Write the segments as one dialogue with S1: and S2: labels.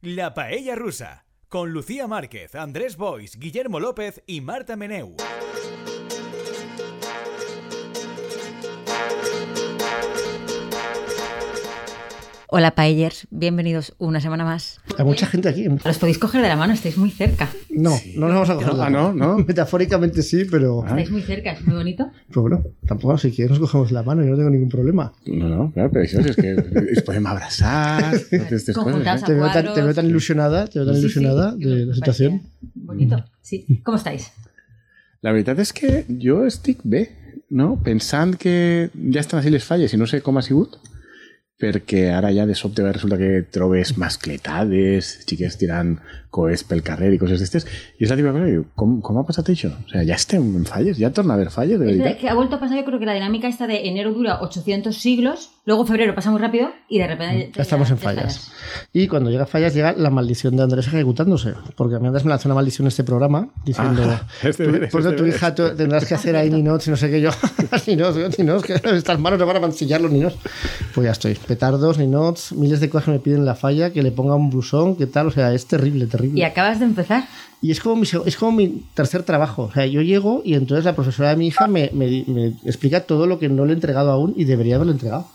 S1: La Paella Rusa, con Lucía Márquez, Andrés Bois, Guillermo López y Marta Meneu.
S2: Hola Paellers, bienvenidos una semana más.
S3: Hay mucha gente aquí.
S2: Los podéis coger de la mano, estáis muy cerca.
S3: No, no nos vamos a coger.
S4: Ah,
S3: la mano.
S4: no, Ah. no.
S3: Metafóricamente sí, pero,
S2: Estáis muy cerca, es muy bonito.
S3: pero bueno, tampoco si quieres nos cogemos la mano, yo no tengo ningún problema.
S4: No, no, claro, pero eso es que es- podemos abrazar, todas estas
S2: Conjuntas.
S4: cosas. ¿eh?
S3: Te veo, tan, te veo tan ilusionada, te veo tan
S2: Sí, sí,
S3: ilusionada
S2: sí,
S3: de
S2: me
S3: la
S2: parecía
S3: situación. Mm.
S2: Bonito, sí. ¿Cómo estáis?
S4: La verdad es que jo estic bé, no? Pensant que ja estan així les falles i no sé com ha sigut, perquè ara ja de sobte resulta que trobes mascletades, xiques tirant coes pel carrer i coses d'estes, i és la típica cosa que diu, com, com ha passat això? O sigui, ja estem en falles, ja torna a haver falles, de
S3: Este
S2: Es verdad
S4: veritat.
S2: que ha vuelto a pasar, yo creo que la dinámica esta de enero dura 800 siglos, luego febrero pasa muy rápido y de repente...
S3: Ya Mm. estamos en
S2: te
S3: fallas. Y cuando llega fallas, llega la maldición de Andrés ejecutándose. Porque a mí Andrés me lanzó una maldición en este programa diciendo:
S4: Ah, es
S3: "Tú-
S4: deber, es
S3: Por eso tu
S4: deber".
S3: hija tú- tendrás que hacer ahí ninos y no sé qué. Yo, ninos, yo, ninos, que estas manos no van a mancillar los ninos. Pues ya estoy. Petardos, ninos, miles de cosas que me piden en la falla, que le ponga un blusón, qué tal. O sea, es terrible, terrible.
S2: Y acabas de empezar.
S3: Y es como mi, seg- es como mi tercer trabajo. O sea, yo llego y entonces la profesora de mi hija me, me di- me explica todo lo que no le he entregado aún y debería haberlo entregado.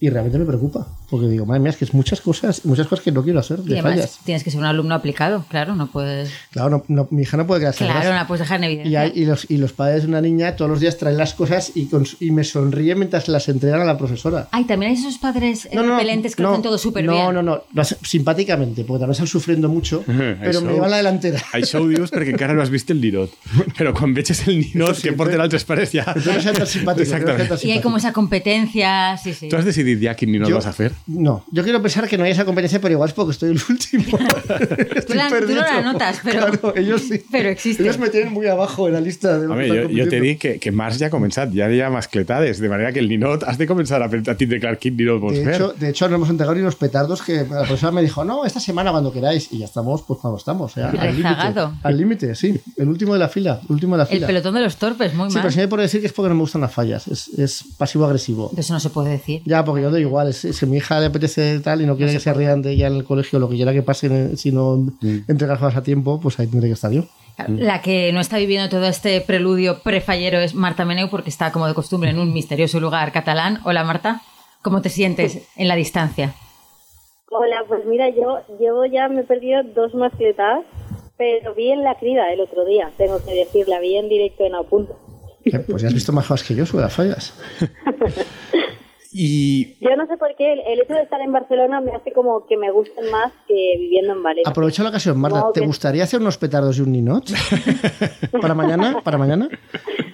S3: Y realmente me preocupa, porque digo, madre mía, es que es muchas cosas, muchas cosas que no quiero hacer,
S2: Y
S3: de
S2: además
S3: fallas.
S2: tienes que ser un alumno aplicado, claro, no puedes...
S3: Claro, no- no, mi hija no puede quedarse
S2: Claro, no
S3: atrás.
S2: la puedes dejar en
S3: Y,
S2: evidencia.
S3: hay- y los, y los padres de una niña todos los días traen las cosas y, con- y me sonríe mientras las entregan a la profesora.
S2: Ay, también hay esos padres eh, repelentes que lo hacen todo súper
S3: no,
S2: bien.
S3: No, no, no, simpáticamente, porque también están sufriendo mucho, pero me
S4: Eso.
S3: lleva a la delantera.
S4: Això ho dius perquè encara no has vist el ninot, però quan veges el ninot que porten altres pares ja...
S3: Entonces no sean tan simpáticos, no sean tan
S4: Exactament.
S2: Y hay
S3: simpáticos.
S2: como esa competencia, sí, sí.
S4: Tu has decidit ja quin ninot
S3: Yo-
S4: vas a fer?
S3: No, yo quiero pensar que no hay esa competencia, pero igual es porque estoy el último.
S2: Tú, la- tú no la notas, pero,
S3: Claro, ellos sí.
S2: pero existe.
S3: Ellos me tienen muy abajo en la lista de los
S4: Home,
S3: que
S4: jo,
S3: están
S4: jo t'he
S3: compitiendo.
S4: dit que, que març ja ha començat, ja hi ha mascletades, de manera que el ninot has de començar a, a tindre clar quin ninot vols
S3: De
S4: fer.
S3: hecho, de hecho, nos hemos entregado unos petardos que la profesora me dijo, no, esta semana cuando queráis. Y ya estamos, pues cuando estamos. o sea, al límite.
S2: Rezagado.
S3: Al límite, sí. El último de la fila. El último de la
S2: El
S3: fila.
S2: pelotón de los torpes, muy
S3: sí,
S2: mal.
S3: pero si me por decir que es porque no me gustan las fallas. Es, es pasivo-agresivo.
S2: Eso no se puede decir.
S3: Ya, porque yo doy igual. Es, es que mi hija le apetece tal y no quiere que se rían de ella en el colegio, lo que quiera que pase, eh, si no entregas cosas a tiempo, pues ahí tendré que estar yo.
S2: La que no está viviendo todo este preludio prefallero es Marta Meneu porque está como de costumbre en un misterioso lugar catalán. Hola Marta, ¿cómo te sientes en la distancia?
S5: Hola, pues mira, yo llevo ya, me he perdido dos mascletas, pero vi en la crida el otro día, tengo que decir, la vi en directo en Apunto.
S3: Eh, Pues ya has visto más cosas que yo sobre las fallas.
S4: I
S5: Yo no sé por qué el, el hecho de estar en Barcelona me hace como que me gusten más que viviendo en Valencia.
S3: Aprovecho la ocasión, Marta.
S5: No,
S3: ¿Te
S5: que-
S3: gustaría hacer unos petardos y un ninot? para mañana, para mañana.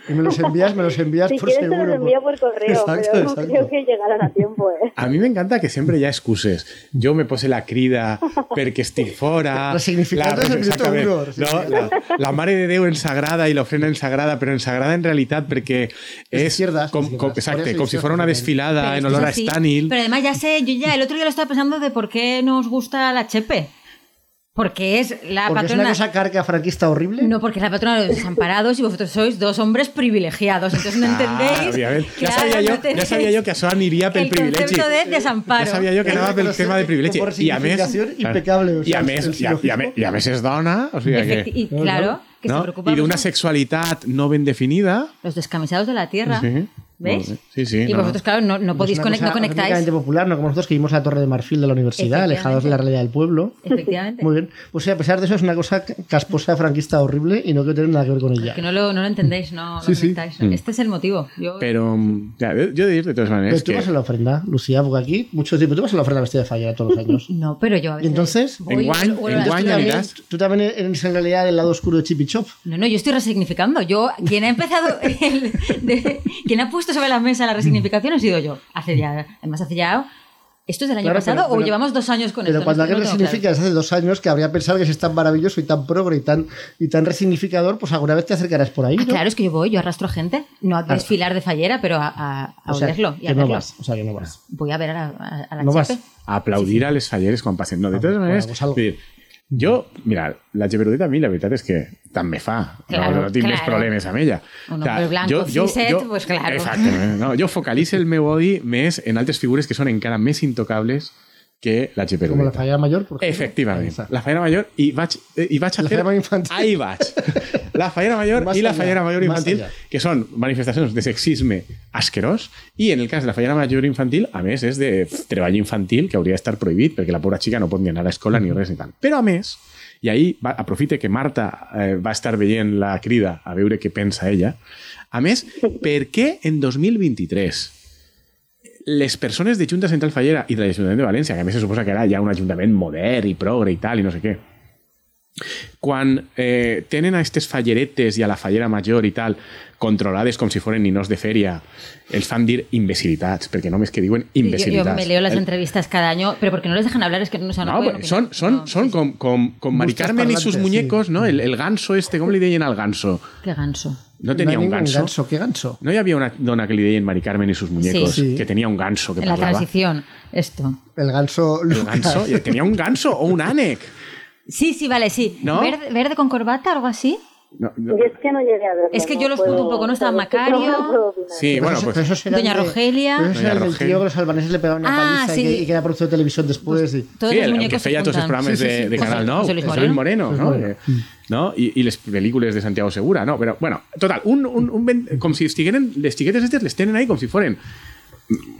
S3: Y me los envías, me los envías
S5: si
S3: por
S5: quieres
S3: seguro.
S5: te los envío por correo,
S3: Exacto,
S5: pero no
S3: exacto.
S5: creo que llegaran a tiempo, ¿eh?
S4: a mi m'encanta que sempre hi ha excuses. Jo me pose la crida perquè estic fora...
S3: Resignificando és el Cristo
S4: exactament.
S3: Uno, resignificando.
S4: No, la, la Mare de Déu en sagrada i l'ofrena en sagrada, però en sagrada en realitat perquè és...
S3: izquierdas,
S4: com,
S3: es
S4: com,
S3: izquierdas. Por
S4: exacte,
S3: eso
S4: com si
S3: izquierdas
S4: fora una
S3: también.
S4: desfilada
S2: Pero
S4: en
S2: esto es
S4: olor a
S2: así.
S4: estanil.
S2: Pero además ya sé, yo ya el otro día lo estaba pensando de por qué no os gusta la Chepe. Porque es la
S3: Porque es una
S2: patrona...
S3: cosa carca franquista horrible.
S2: No, porque es la patrona de los desamparados y vosotros sois dos hombres privilegiados, entonces no
S4: Ah,
S2: entendéis.
S4: òbviament. ja,
S2: Claro,
S4: sabia jo,
S2: no tenéis
S4: ja sabia jo que això aniria pel
S2: el
S4: privilegi.
S2: concepto de desamparo.
S4: Ja sabia jo que anava pel
S3: Però sí,
S4: tema de privilegi.
S3: por
S4: I a més,
S3: significación impecable, o
S4: i a
S3: sea,
S4: més,
S3: el
S4: i a, i a més, i a més és dona, o sigui que...
S2: Efecti- y claro, que se
S4: no?
S2: preocupa
S4: I d'una
S2: mucho.
S4: sexualitat no ben definida.
S2: Los descamisados de la tierra.
S4: Sí.
S2: ¿Veis?
S4: Molt bé. Sí, sí,
S2: y
S4: no,
S2: vosotros,
S4: no.
S2: claro, no, no
S3: Es
S2: podéis
S3: una
S2: conect-
S3: cosa
S2: no conectáis.
S3: auténticamente popular, no como nosotros que vimos la Torre de Marfil de la universidad,
S2: Efectivamente.
S3: alejados de la realidad del pueblo.
S2: Efectivamente.
S3: Muy bien. Pues sí, a pesar de eso, es una cosa casposa, franquista, horrible y no quiero tener nada que ver con ella.
S2: Que no lo, no lo entendéis, no lo
S3: Sí, sí.
S2: conectáis.
S4: Mm.
S2: Este es el motivo. Yo-
S4: Però, ja, jo he de dir de
S3: Pero
S4: totes maneres
S3: tú
S4: que...
S3: vas a la ofrenda, Lucía, porque aquí muchos dicen, tú vas a la ofrenda vestida de falla todos los años.
S2: no, pero yo a veces.
S3: Entonces,
S2: voy,
S4: enguany-
S2: vuelvo a-
S4: enguany
S3: Tú también-
S4: anirás.
S3: Tú también eres en realidad el lado oscuro de Chip y Chop.
S2: No, no, yo estoy resignificando. Yo, quien ha empezado, el- de- quien ha puesto sobre la mesa la resignificación ha sido yo. Hace ya, además hace ya. ¿Esto es del año
S3: Claro,
S2: pasado
S3: pero-
S2: o
S3: pero-
S2: llevamos dos años con
S3: Pero
S2: esto?
S3: cuando
S2: No, no
S3: alguien
S2: tengo
S3: resignifica
S2: claro.
S3: desde hace dos años, que habría pensado que es tan maravilloso y tan progre y tan, y tan resignificador, pues alguna vez te acercarás por ahí,
S2: Ah,
S3: ¿no?
S2: claro, es que yo voy, yo arrastro a gente. No a desfilar de fallera, pero a, a, a
S3: o sea,
S2: olerlo y a
S3: que no
S2: verlo.
S3: vas, o sea, que no vas.
S2: Voy a ver a la, a- a la
S3: No vas.
S2: Chepe.
S4: aplaudir a les falleres quan passen. No, de totes
S3: bueno,
S4: maneres,
S3: pues algo.
S4: vull dir, jo, mira, la geperudita a mi la veritat és que tant me fa,
S2: Claro,
S4: no, no tinc
S2: claro.
S4: més problemes amb ella.
S2: Un hombre blanco, fiset, pues claro.
S4: Exactament, no? jo focalitzo el meu odi més en altres figures que són encara més intocables que la
S3: Como la
S4: chiperudita.
S3: falla mayor, pues, por ejemplo.
S4: Efectivamente.
S3: Esa.
S4: La fallera mayor y Bach, eh, y Bach
S3: La
S4: Hacer-
S3: fallera infantil.
S4: Hay Bach. La fallera mayor
S3: Más
S4: y la
S3: allá,
S4: fallera mayor
S3: más
S4: infantil,
S3: allá.
S4: que son manifestacions de sexisme asquerós. I en el cas de la fallera mayor infantil, a més, és de pff, treball infantil, que hauria d'estar prohibit, perquè la pobra xica no pot ni anar a escola ni res ni tal. Però a més, i ahir va, aprofite que Marta eh, va estar veient la crida a veure què pensa ella, a més, per què en 2023 les persones de Junta Central Fallera i de l'Ajuntament de València, que a més se suposa que ara hi ha un ajuntament modern i progre i tal, i no sé què, quan eh, tenen a aquestes falleretes i a la fallera major i tal, controlades com si foren ninos de fèria, els fan dir imbecilitats, perquè només que diuen
S2: Sí, Yo, yo
S4: imbecilitats.
S2: me leo las
S4: El-
S2: entrevistas cada año, pero porque no les dejan hablar, es que no, o sea, no
S4: no,
S2: pueden
S4: pues,
S2: opinar.
S4: son, son,
S2: No,
S4: son
S2: sí, sí.
S4: con, con, con Mari
S3: Gustos
S4: Carmen y sus
S3: parlantes,
S4: muñecos,
S3: sí.
S4: ¿no? El, el ganso este, ¿cómo le dicen al ganso?
S2: Qué ganso.
S4: No
S3: No
S4: tenía
S3: hay
S4: un
S3: ningún
S4: ganso.
S3: ganso. ¿Qué ganso?
S4: No hi havia una dona que li deien Mari Carmen i sus muñecos,
S3: Sí. Sí.
S4: que tenia un ganso que
S2: En la
S4: parlava.
S2: transición, esto.
S3: El ganso.
S4: El ganso, y tenía un ganso o un ànec.
S2: Sí, sí, vale, sí.
S4: ¿No?
S2: Verde, verde con corbata, algo así.
S4: No, no.
S5: Yo es que no llegué a verlo.
S2: Es que yo
S5: no
S2: los junto
S5: puedo-
S2: un poco, ¿no? Estaba
S5: sobre este programa
S2: Macario.
S5: puedo opinar.
S4: Sí, bueno,
S3: Pero
S4: pues.
S3: esos eran
S2: Doña Rogelia.
S3: pero esos eran
S4: Doña
S3: del
S4: Rogelia.
S3: tío que los albaneses le pegaban una
S2: Ah,
S3: paliza
S2: sí.
S3: y, que, y que era productor de televisión después. y-
S2: Todos
S4: Sí,
S2: los
S4: el, el que
S2: muñecos se
S4: feia tots els
S2: juntan.
S4: programes
S2: Sí, sí,
S4: de,
S2: sí.
S4: de
S2: José-
S4: Canal 9,
S2: José
S4: José
S2: Luis
S4: Luis
S2: Moreno.
S4: Moreno, no?
S3: Moreno.
S4: Eh, no? I, I les pel·lícules de Santiago Segura, no? Però, bueno, total, un, un, un ben, com si estigueren, les xiquetes estes les tenen ahí com si foren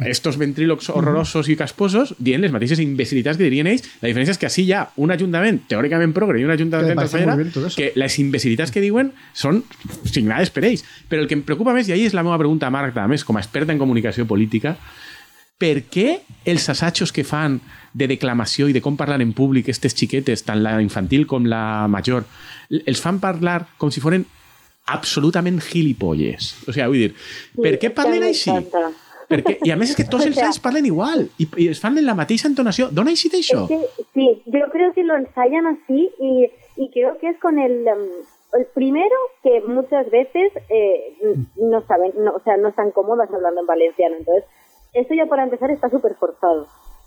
S4: estos ventrílocs horrorosos i casposos dient les mateixes imbecilitats que dirien ells la diferència és que així hi ha un ajuntament teòricament progre i un
S3: Que
S4: ajuntament
S3: me parece
S4: fallera
S3: muy bien todo eso.
S4: que les imbecilitats que diuen són signades per ells però el que em preocupa més, i ahir és la meva pregunta a Marta, a més com a experta en comunicació política per què els assajos que fan de declamació i de com parlar en públic aquestes xiquetes, tant la infantil com la major, l- els fan parlar com si foren absolutament gilipolles. O sigui, vull dir, per què
S5: és que
S4: parlen
S5: a mi
S4: així?
S5: m'encanta.
S4: Perquè, I a més és que tots els anys parlen igual i, i es fan en la mateixa entonació. D'on ha eixit això?
S5: Es que, sí, yo creo que lo ensayan así y, y creo que es con el, um, el primero que muchas veces eh, n- no saben, no, o sea, no están cómodas hablando en valenciano. Entonces, eso ya para empezar está súper forzado.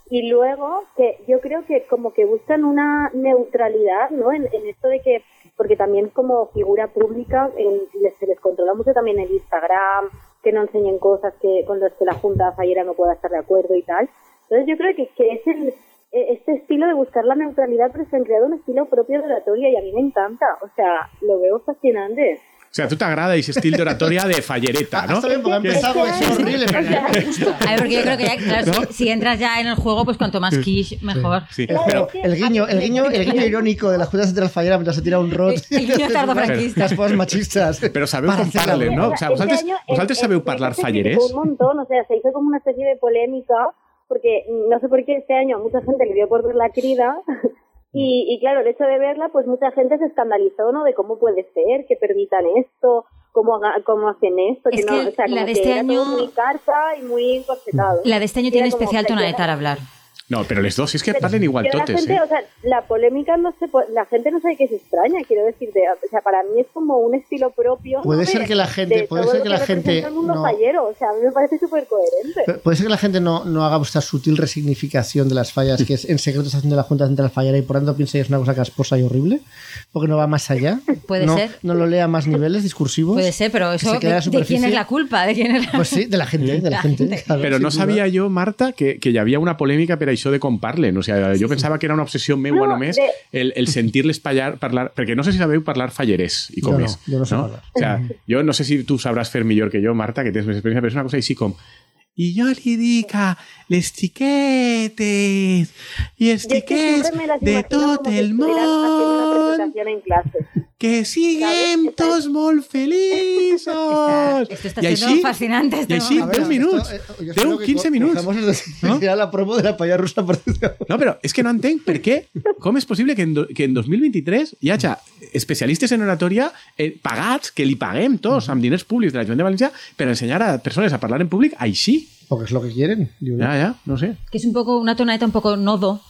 S5: Y luego, que yo creo que como que buscan una neutralidad, ¿no? En, en esto de que, porque también como figura pública en- les- se les controla mucho también el Instagram, que no enseñen cosas que con las que la Junta Fallera no pueda estar de acuerdo y tal. Entonces yo creo que, que es el, eh, este estilo de buscar la neutralidad, pero se han creado un estilo propio de oratoria y a mí me encanta. O sea, lo veo fascinante.
S4: O sigui, a tu t'agrada aquest estil d'oratòria de fallereta,
S3: Ah,
S4: no?
S3: Está bien, porque ha empezado
S5: Es que-
S3: es horrible, pero ya me gusta.
S2: A ver, porque yo creo que ya, claro, si, si entras ya en el juego, pues cuanto más quiche, mejor.
S4: Sí,
S5: Claro,
S4: però,
S5: es que
S3: El guiño,
S5: a mí
S3: el
S5: me
S3: guiño, el guiño
S5: encanta.
S3: irónico de la Junta Central Fallera mientras se tira un rot.
S2: El guiño tardofranquista.
S3: Las cosas machistas.
S4: però sabeu
S3: Para
S4: com
S3: hacer la
S4: parlen, no? O
S5: Este
S4: sigui, vosaltres,
S5: año el-
S4: vosaltres sabeu
S5: el-
S4: parlar
S5: se criticó
S4: fallerès?
S5: Un montón, o sea, se hizo como una especie de polémica, porque no sé por qué este año a mucha gente le dio por ver la crida. Y, y claro, el hecho de verla, pues mucha gente se escandalizó, ¿no? De cómo puede ser que permitan esto, cómo, haga- cómo hacen esto.
S2: Es
S5: no,
S2: que
S5: o sea,
S2: la
S5: como
S2: de
S5: que
S2: este
S5: era todo
S2: año-
S5: muy carta y muy encorsetado.
S2: La de este año
S5: Era
S2: tiene
S5: como
S2: especial
S5: que yo-
S2: tonadita al hablar.
S4: No, però les dos és que parlen igual
S5: Pero la
S4: totes,
S5: gente,
S4: eh?
S5: o sea, la polémica no se, po- la gente no sabe qué es extraña, quiero decirte, o sea, para mí es como un estilo propio.
S3: Puede
S5: ¿no? de-
S3: ser que la gente-
S5: de
S3: puede
S5: todo
S3: ser
S5: lo
S3: que la
S5: representa
S3: gente
S5: El mundo
S3: no-
S5: fallero, o sea, a mí me parece súper coherente.
S3: Pero Puede ser que la gente no, no haga esta sutil resignificación de las fallas que es en secreto está haciendo la Junta Central Fallera y por tanto piensa que es una cosa casposa y horrible, porque no va más allá.
S2: Puede
S3: no,
S2: ser.
S3: No lo lea a más niveles discursivos.
S2: Puede ser, pero
S3: que
S2: eso.
S3: se quede
S2: ¿De,
S3: a
S2: de
S3: la
S2: quién
S3: superficie.
S2: es la culpa? ¿De quién es la-
S3: Pues sí, de la gente, de la gente. claro,
S4: Però no
S3: sin duda.
S4: sabia jo, Marta, que, que hi havia una polèmica per això de com parlen. O sigui, jo pensava que era una obsessió meua
S5: No,
S4: només
S5: de-
S4: el, el sentir-les pallar- parlar... Perquè no sé si sabeu parlar fallerès i com
S3: Jo no,
S4: és.
S3: jo no sé parlar.
S4: O sigui, jo no sé si tu sabràs fer millor que jo, Marta, que tens més experiència, però és una cosa així com... I jo li dic a les xiquetes i els
S5: Yo es que
S4: xiquets
S5: siempre me las
S4: de
S5: imagino como
S4: tot
S5: si
S4: el
S5: estuvieran haciendo una
S4: món
S5: presentación en clase.
S4: que siguem
S5: Saps?
S4: tots molt feliços.
S2: Esto está
S4: I
S2: siendo
S4: així,
S2: fascinante. Este
S4: i així
S2: momento.
S3: A ver,
S4: 10 minuts.
S3: esto, eh, yo
S4: 10,
S3: espero que
S4: 15
S3: co-
S4: minuts.
S3: cojamos desde-
S4: ¿No?
S3: Era la promo de la falla rusa a partir de ahora.
S4: No, però és que no entenc per què, com és possible que en, do, que en 2023 hi hagi especialistes en oratòria eh, pagats, que li paguem tots amb diners públics de la Junta de València per ensenyar a persones a parlar en públic així.
S3: Porque es lo que quieren. digo yo.
S4: Ja, ja, no sé.
S2: Que es un poco una tonadita un poco nodo.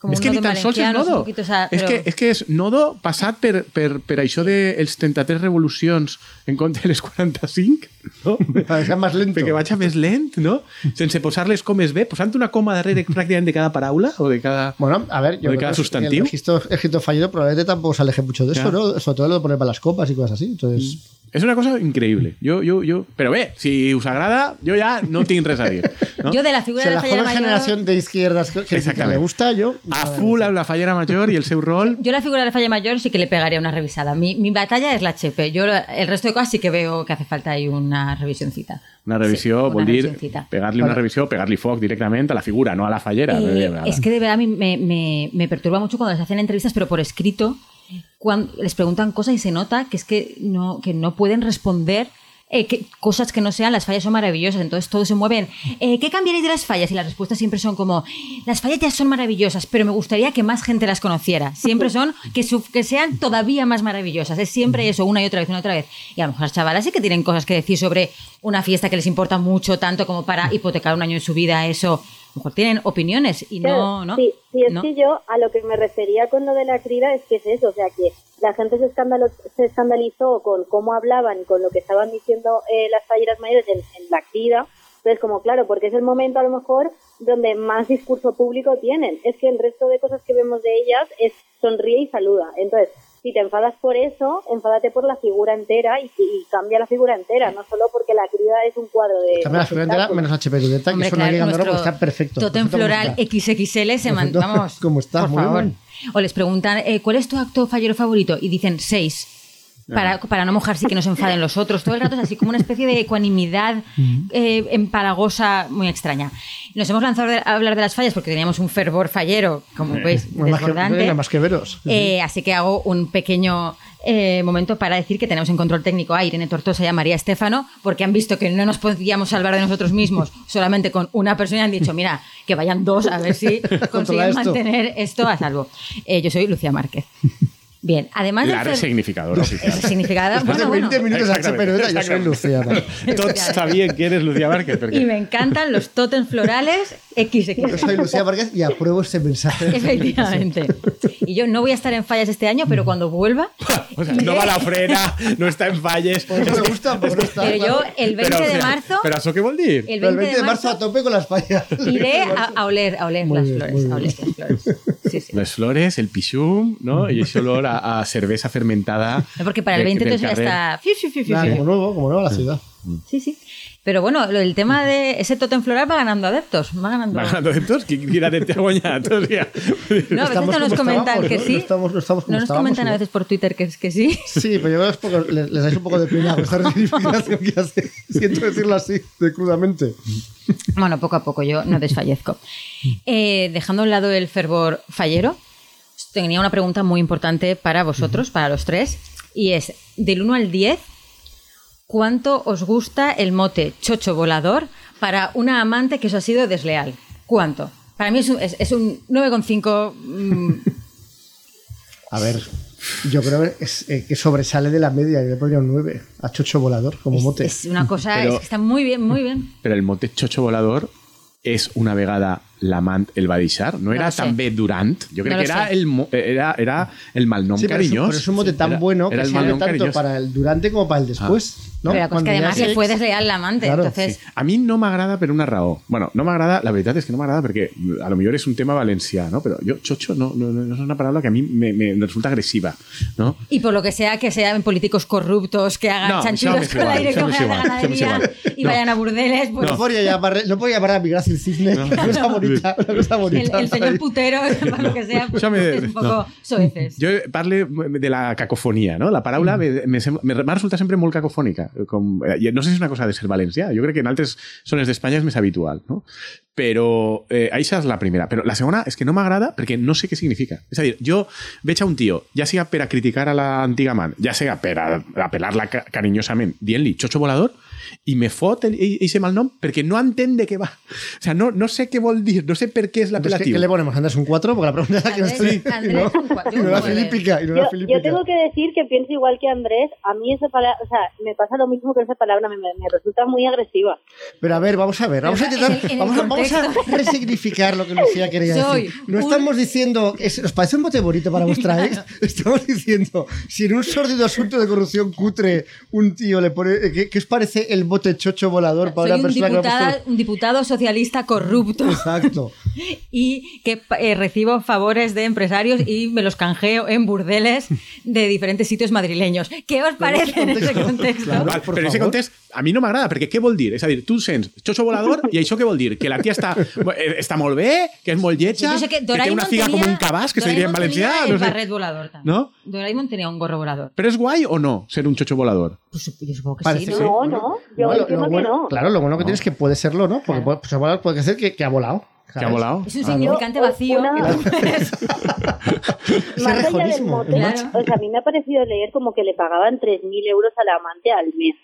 S2: Como
S4: és
S2: un
S4: que ni
S2: nodo
S4: tan sols és
S2: valenciano,
S4: nodo.
S2: un poquito, o sea,
S4: és,
S2: pero-
S4: que, és que és nodo passat per, per, per això de els 33 revolucions en compte de les 45, no?
S3: Para que sea más lento.
S4: perquè vaig a més lent, no? Sense posar les comes bé, posant una coma darrere pràcticament de cada paraula o de cada...
S3: Bueno, a ver, yo
S4: De
S3: creo
S4: cada
S3: que
S4: sustantivo.
S3: El registro, el registro fallero probablemente tampoco se aleje mucho de eso,
S4: Claro.
S2: Mm.
S3: ¿no? Sobre todo lo de poner para las copas y cosas así. Entonces,
S4: Es una cosa increíble. Yo, yo, yo. Pero ve, si os agrada, yo ya no tinc res a dir. No?
S2: Yo de la figura
S3: O sea,
S2: de
S3: la
S2: la fallera
S3: joven
S2: mayor...
S3: generación de izquierdas que, que
S4: Exactamente.
S3: le gusta, yo.
S4: A full amb la fallera major i el seu rol.
S2: Yo la figura de la falla mayor sí que le pegaría una revisada. Mi, mi batalla es la chepe. Yo la- el resto de cosas sí que veo que hace falta ahí una revisioncita.
S4: Una revisió
S2: Sí,
S4: vol
S2: una
S4: dir
S2: revisioncita.
S4: pegar-li una revisió, pegar-li foc directament a la figura, no a la fallera.
S2: Eh,
S4: Bé,
S2: es que de verdad a mí me, me- me perturba mucho cuando les hacen entrevistas, pero por escrito, cuando les preguntan cosas y se nota que es que no, que no pueden responder eh, que- cosas que no sean, las fallas son maravillosas, entonces todos se mueven. eh, ¿Qué cambiaréis de las fallas? Y las respuestas siempre son como, las fallas ya son maravillosas, pero me gustaría que más gente las conociera. Siempre son que, su- que sean todavía más maravillosas. Es siempre eso, una y otra vez, una y otra vez. Y a lo mejor las chavalas sí que tienen cosas que decir sobre una fiesta que les importa mucho, tanto como para hipotecar un año en su vida, eso. A lo mejor tienen opiniones y no,
S5: Claro,
S2: no.
S5: Sí, sí, es
S2: no.
S5: que yo a lo que me refería con lo de la crida es que es eso, o sea, que la gente se, escándalo se escandalizó con cómo hablaban y con lo que estaban diciendo eh, las talleras mayores en, en la crida. Entonces, como claro, porque es el momento a lo mejor donde más discurso público tienen. Es que el resto de cosas que vemos de ellas es sonríe y saluda. Entonces, si te enfadas por eso, enfádate por la figura entera y, y cambia la figura entera, no solo porque la crida es un cuadro de...
S3: Cambia la figura entera
S5: espectáculo.
S3: menos la chepetuleta, que
S2: Hombre,
S3: eso no
S2: claro,
S3: hay que cambiarlo
S2: nuestro
S3: porque está perfecto.
S2: Totem
S3: Perfecto como
S2: floral
S3: está.
S2: XXL se man-
S3: Perfecto.
S2: vamos.
S3: ¿Cómo está?
S2: Por
S3: Muy
S2: favor.
S3: bien.
S2: O les preguntan, eh, ¿cuál es tu acto fallero favorito? Y dicen seis.
S3: Ah.
S2: Para, para no mojarse y que no se enfaden los otros. Todo el rato es así como una especie de ecuanimidad eh, empalagosa muy extraña. Nos hemos lanzado de- a hablar de las fallas porque teníamos un fervor fallero, como veis,
S3: Bueno, más que-
S2: desbordante.
S3: Más que veros.
S2: Eh, así que hago un pequeño eh, momento para decir que tenemos en control técnico a Irene Tortosa y a María Estefano, porque han visto que no nos podíamos salvar de nosotros mismos solamente con una persona y han dicho, mira, que vayan dos a ver si
S3: Controla
S2: consiguen
S3: esto.
S2: mantener esto a salvo. Eh, yo soy Lucía Márquez. Bien, además
S4: La
S2: del fer-
S4: resignificadora oficial.
S2: Ese significado.
S3: Después de
S2: Bueno, bueno.
S3: 20 minutos de
S4: Exactamente,
S3: chepetuleta, yo soy Luciana.
S4: Tots sabien que eres Lucía Márquez.
S2: Y
S4: Perquè...
S2: me encantan los totems florales
S3: Yo
S4: Pues
S2: XX.
S3: soy Lucía Vargas y apruebo ese mensaje.
S2: Efectivamente. Y yo no voy a estar en fallas este año, pero cuando vuelva.
S4: O sea, no va a la frena, no está en falles.
S3: Por eso me gusta, por no está.
S2: Pero yo
S3: claro.
S2: el 20
S4: Però, o
S2: de
S4: sea,
S2: marzo.
S4: Però això què vol dir?
S2: El
S3: Pero
S2: 20 de marzo
S3: a tope con las fallas.
S2: Iré a, a oler, a oler
S3: Muy
S2: las
S3: bien,
S2: flores,
S3: muy bien.
S2: a oler las flores. Sí, sí.
S4: Les flores, el pixum, no? I això olor a, a cervesa fermentada.
S2: No, Porque para el
S4: del-
S2: 20
S4: del
S2: entonces ya
S4: carrer.
S2: está... fiu, fiu, fiu, fiu,
S3: Nada, como
S2: fiu.
S3: nuevo, como nuevo a la ciudad.
S2: Sí, sí. Pero bueno, lo- el tema de ese totem floral va ganando adeptos, va ganando...
S4: Va ganando de tots? Qui quina de te ha guanyat? O
S2: No,
S4: sea,
S2: a veces
S3: Estamos
S2: no nos
S3: como
S2: comentan
S3: estábamos,
S2: que
S3: ¿no?
S2: sí.
S3: No estamos- no estamos como
S2: No nos
S3: estábamos,
S2: comentan a
S3: ¿no?
S2: veces por Twitter que, es que sí.
S3: Sí, pero yo creo que es poco- les, les dais un poco de pena con esta reivindicación que hace. Siento decirlo así, de crudamente.
S2: Bueno, poco a poco yo no desfallezco. Eh, dejando a un lado el fervor fallero, os tenía una pregunta muy importante para vosotros, para los tres, y es, del 1 al 10, ¿cuánto os gusta el mote chocho volador para una amante que os ha sido desleal? ¿Cuánto? Para mí es un, es- es un 9,5... mm,
S3: A ver, yo creo que, es- eh, que sobresale de la media. Yo le pondría un 9 a Chocho Volador como mote.
S2: es una cosa,
S4: Pero-
S2: es que está muy bien, muy bien.
S4: Però el mote xocho volador és una vegada l'amant el va deixar. No era
S2: lo
S4: no
S2: sé.
S4: també Durant. Jo crec
S2: No
S4: no que
S2: lo
S4: era
S2: sé.
S4: el, mo- era, era el malnom
S3: Sí, pero es, un-
S4: cariñós.
S3: pero es un mote tan
S4: Era-
S3: bueno
S4: era
S3: que
S4: el Ah.
S3: sirve
S4: malnom
S3: tanto
S4: cariñós.
S3: para el durante como para el después. ¿no?
S2: Pero la cosa es
S3: Cuando
S2: que
S3: ya
S2: además
S3: se-
S2: le fue desleal la amante,
S3: Claro,
S2: entonces...
S4: A mi no m'agrada per una raó. Bueno, no m'agrada, la veritat és que no m'agrada perquè a lo millor és un tema valencià, no? però jo, xotxo, no, no, no és una paraula que a mi me, me resulta agressiva. No?
S2: Y por lo que sea, que sean políticos corruptos, que hagan
S4: No,
S2: chanchullos
S4: somos
S2: con la
S4: igual,
S2: dirección
S4: somos
S2: general de
S4: igual, somos
S2: ganadería
S4: igual.
S2: y
S4: No.
S2: vayan a burdeles, pues
S3: No podía llamar, no podía llamar a migrar sin cisne. Una cosa bonita. Una cosa
S2: el,
S3: bonita.
S2: el señor putero, para lo que sea, pues,
S4: Yo me-
S2: es un poco
S4: no.
S2: soeces.
S4: Jo eh, parle de la cacofonia, no? La paraula me, me, sembla, me va resultar sempre molt cacofònica. Com, eh, i no sé si és una cosa de ser valencià, jo crec que en altres zones d'Espanya és més habitual, no? Però eh, això és la primera. Però la segona és que no m'agrada perquè no sé què significa. És a dir, jo veig a un tio, ja siga per a criticar a l'antiga amant, ja siga per a apel·lar-la ca- carinyosament, dient-li xotxo volador, i me fot aquest malnom perquè no entén de què va. O sea, no, no sé què vol dir, no sé per què és
S3: Entonces, ¿qué,
S4: l'apel·latiu.
S3: qué pues le ponemos? ¿Andrés un 4? Porque la pregunta es la que no
S2: Andrés-
S3: estoy.
S2: Andrés un cuatro,
S3: Y no la
S2: un nueve.
S3: filípica. Y no la
S5: yo, yo
S3: filípica.
S5: tengo que decir que pienso igual que Andrés. A mí esa palabra, o sea, me pasa lo mismo que esa palabra, me, me- me resulta muy agresiva.
S3: Pero a ver, vamos a ver, vamos a
S2: Pero
S3: intentar,
S2: en el- en el
S3: vamos, a, vamos a
S2: contexto.
S3: resignificar lo que Lucía quería
S2: Soy
S3: decir. No
S2: un-
S3: estamos diciendo, es- os parece un mote bonito para vuestra ex, estamos diciendo, si en un sórdido asunto de corrupción cutre un tío le pone, eh, ¿qué, qué os parece el bote chocho volador para
S2: Soy
S3: una
S2: un
S3: persona que no ha
S2: diputada-
S3: puesto-
S2: un diputado socialista corrupto.
S3: Exacto.
S2: y que eh, recibo favores de empresarios y me los canjeo en burdeles de diferentes sitios madrileños. ¿Qué os parece en ese contexto?
S3: Claro.
S4: Vale,
S3: por
S4: pero ese
S3: favor.
S4: contexto a mi no m'agrada, perquè què vol dir? És a dir, tu sents xoxo volador i això què vol dir? Que la tia està, eh, està molt bé, que és molt lletja,
S2: Yo sé
S4: que, té
S2: Doraemon
S4: una figa
S2: tenía-
S4: com un cabàs, que se diria en
S2: Doraemon tenía
S4: valencià...
S2: El
S4: No sé.
S2: barret volador también.
S4: ¿No?
S2: Doraemon tenía un gorro volador.
S4: Però és guai o no ser un xoxo volador?
S2: Pues, sup- yo supongo que
S3: Parece
S2: sí, ¿no?
S3: ser.
S5: No, no,
S3: No,
S5: yo
S3: lo-
S5: entiendo
S3: lo
S5: que
S3: bueno-
S5: no.
S3: Claro, lo bueno que tienes es que puede serlo, ¿no? Porque
S2: Claro.
S3: puede, pues, volar puede ser que, que ha volado.
S4: Que
S3: ¿sabes?
S4: ha volado.
S2: Es un
S4: Ah, no.
S2: significante vacío.
S5: Una-
S3: Ese
S5: Más allá del
S3: rejonismo.
S5: mote,
S2: Claro.
S5: o sea, a mí me ha parecido leer como que le pagaban 3.000 euros a la amante al mes.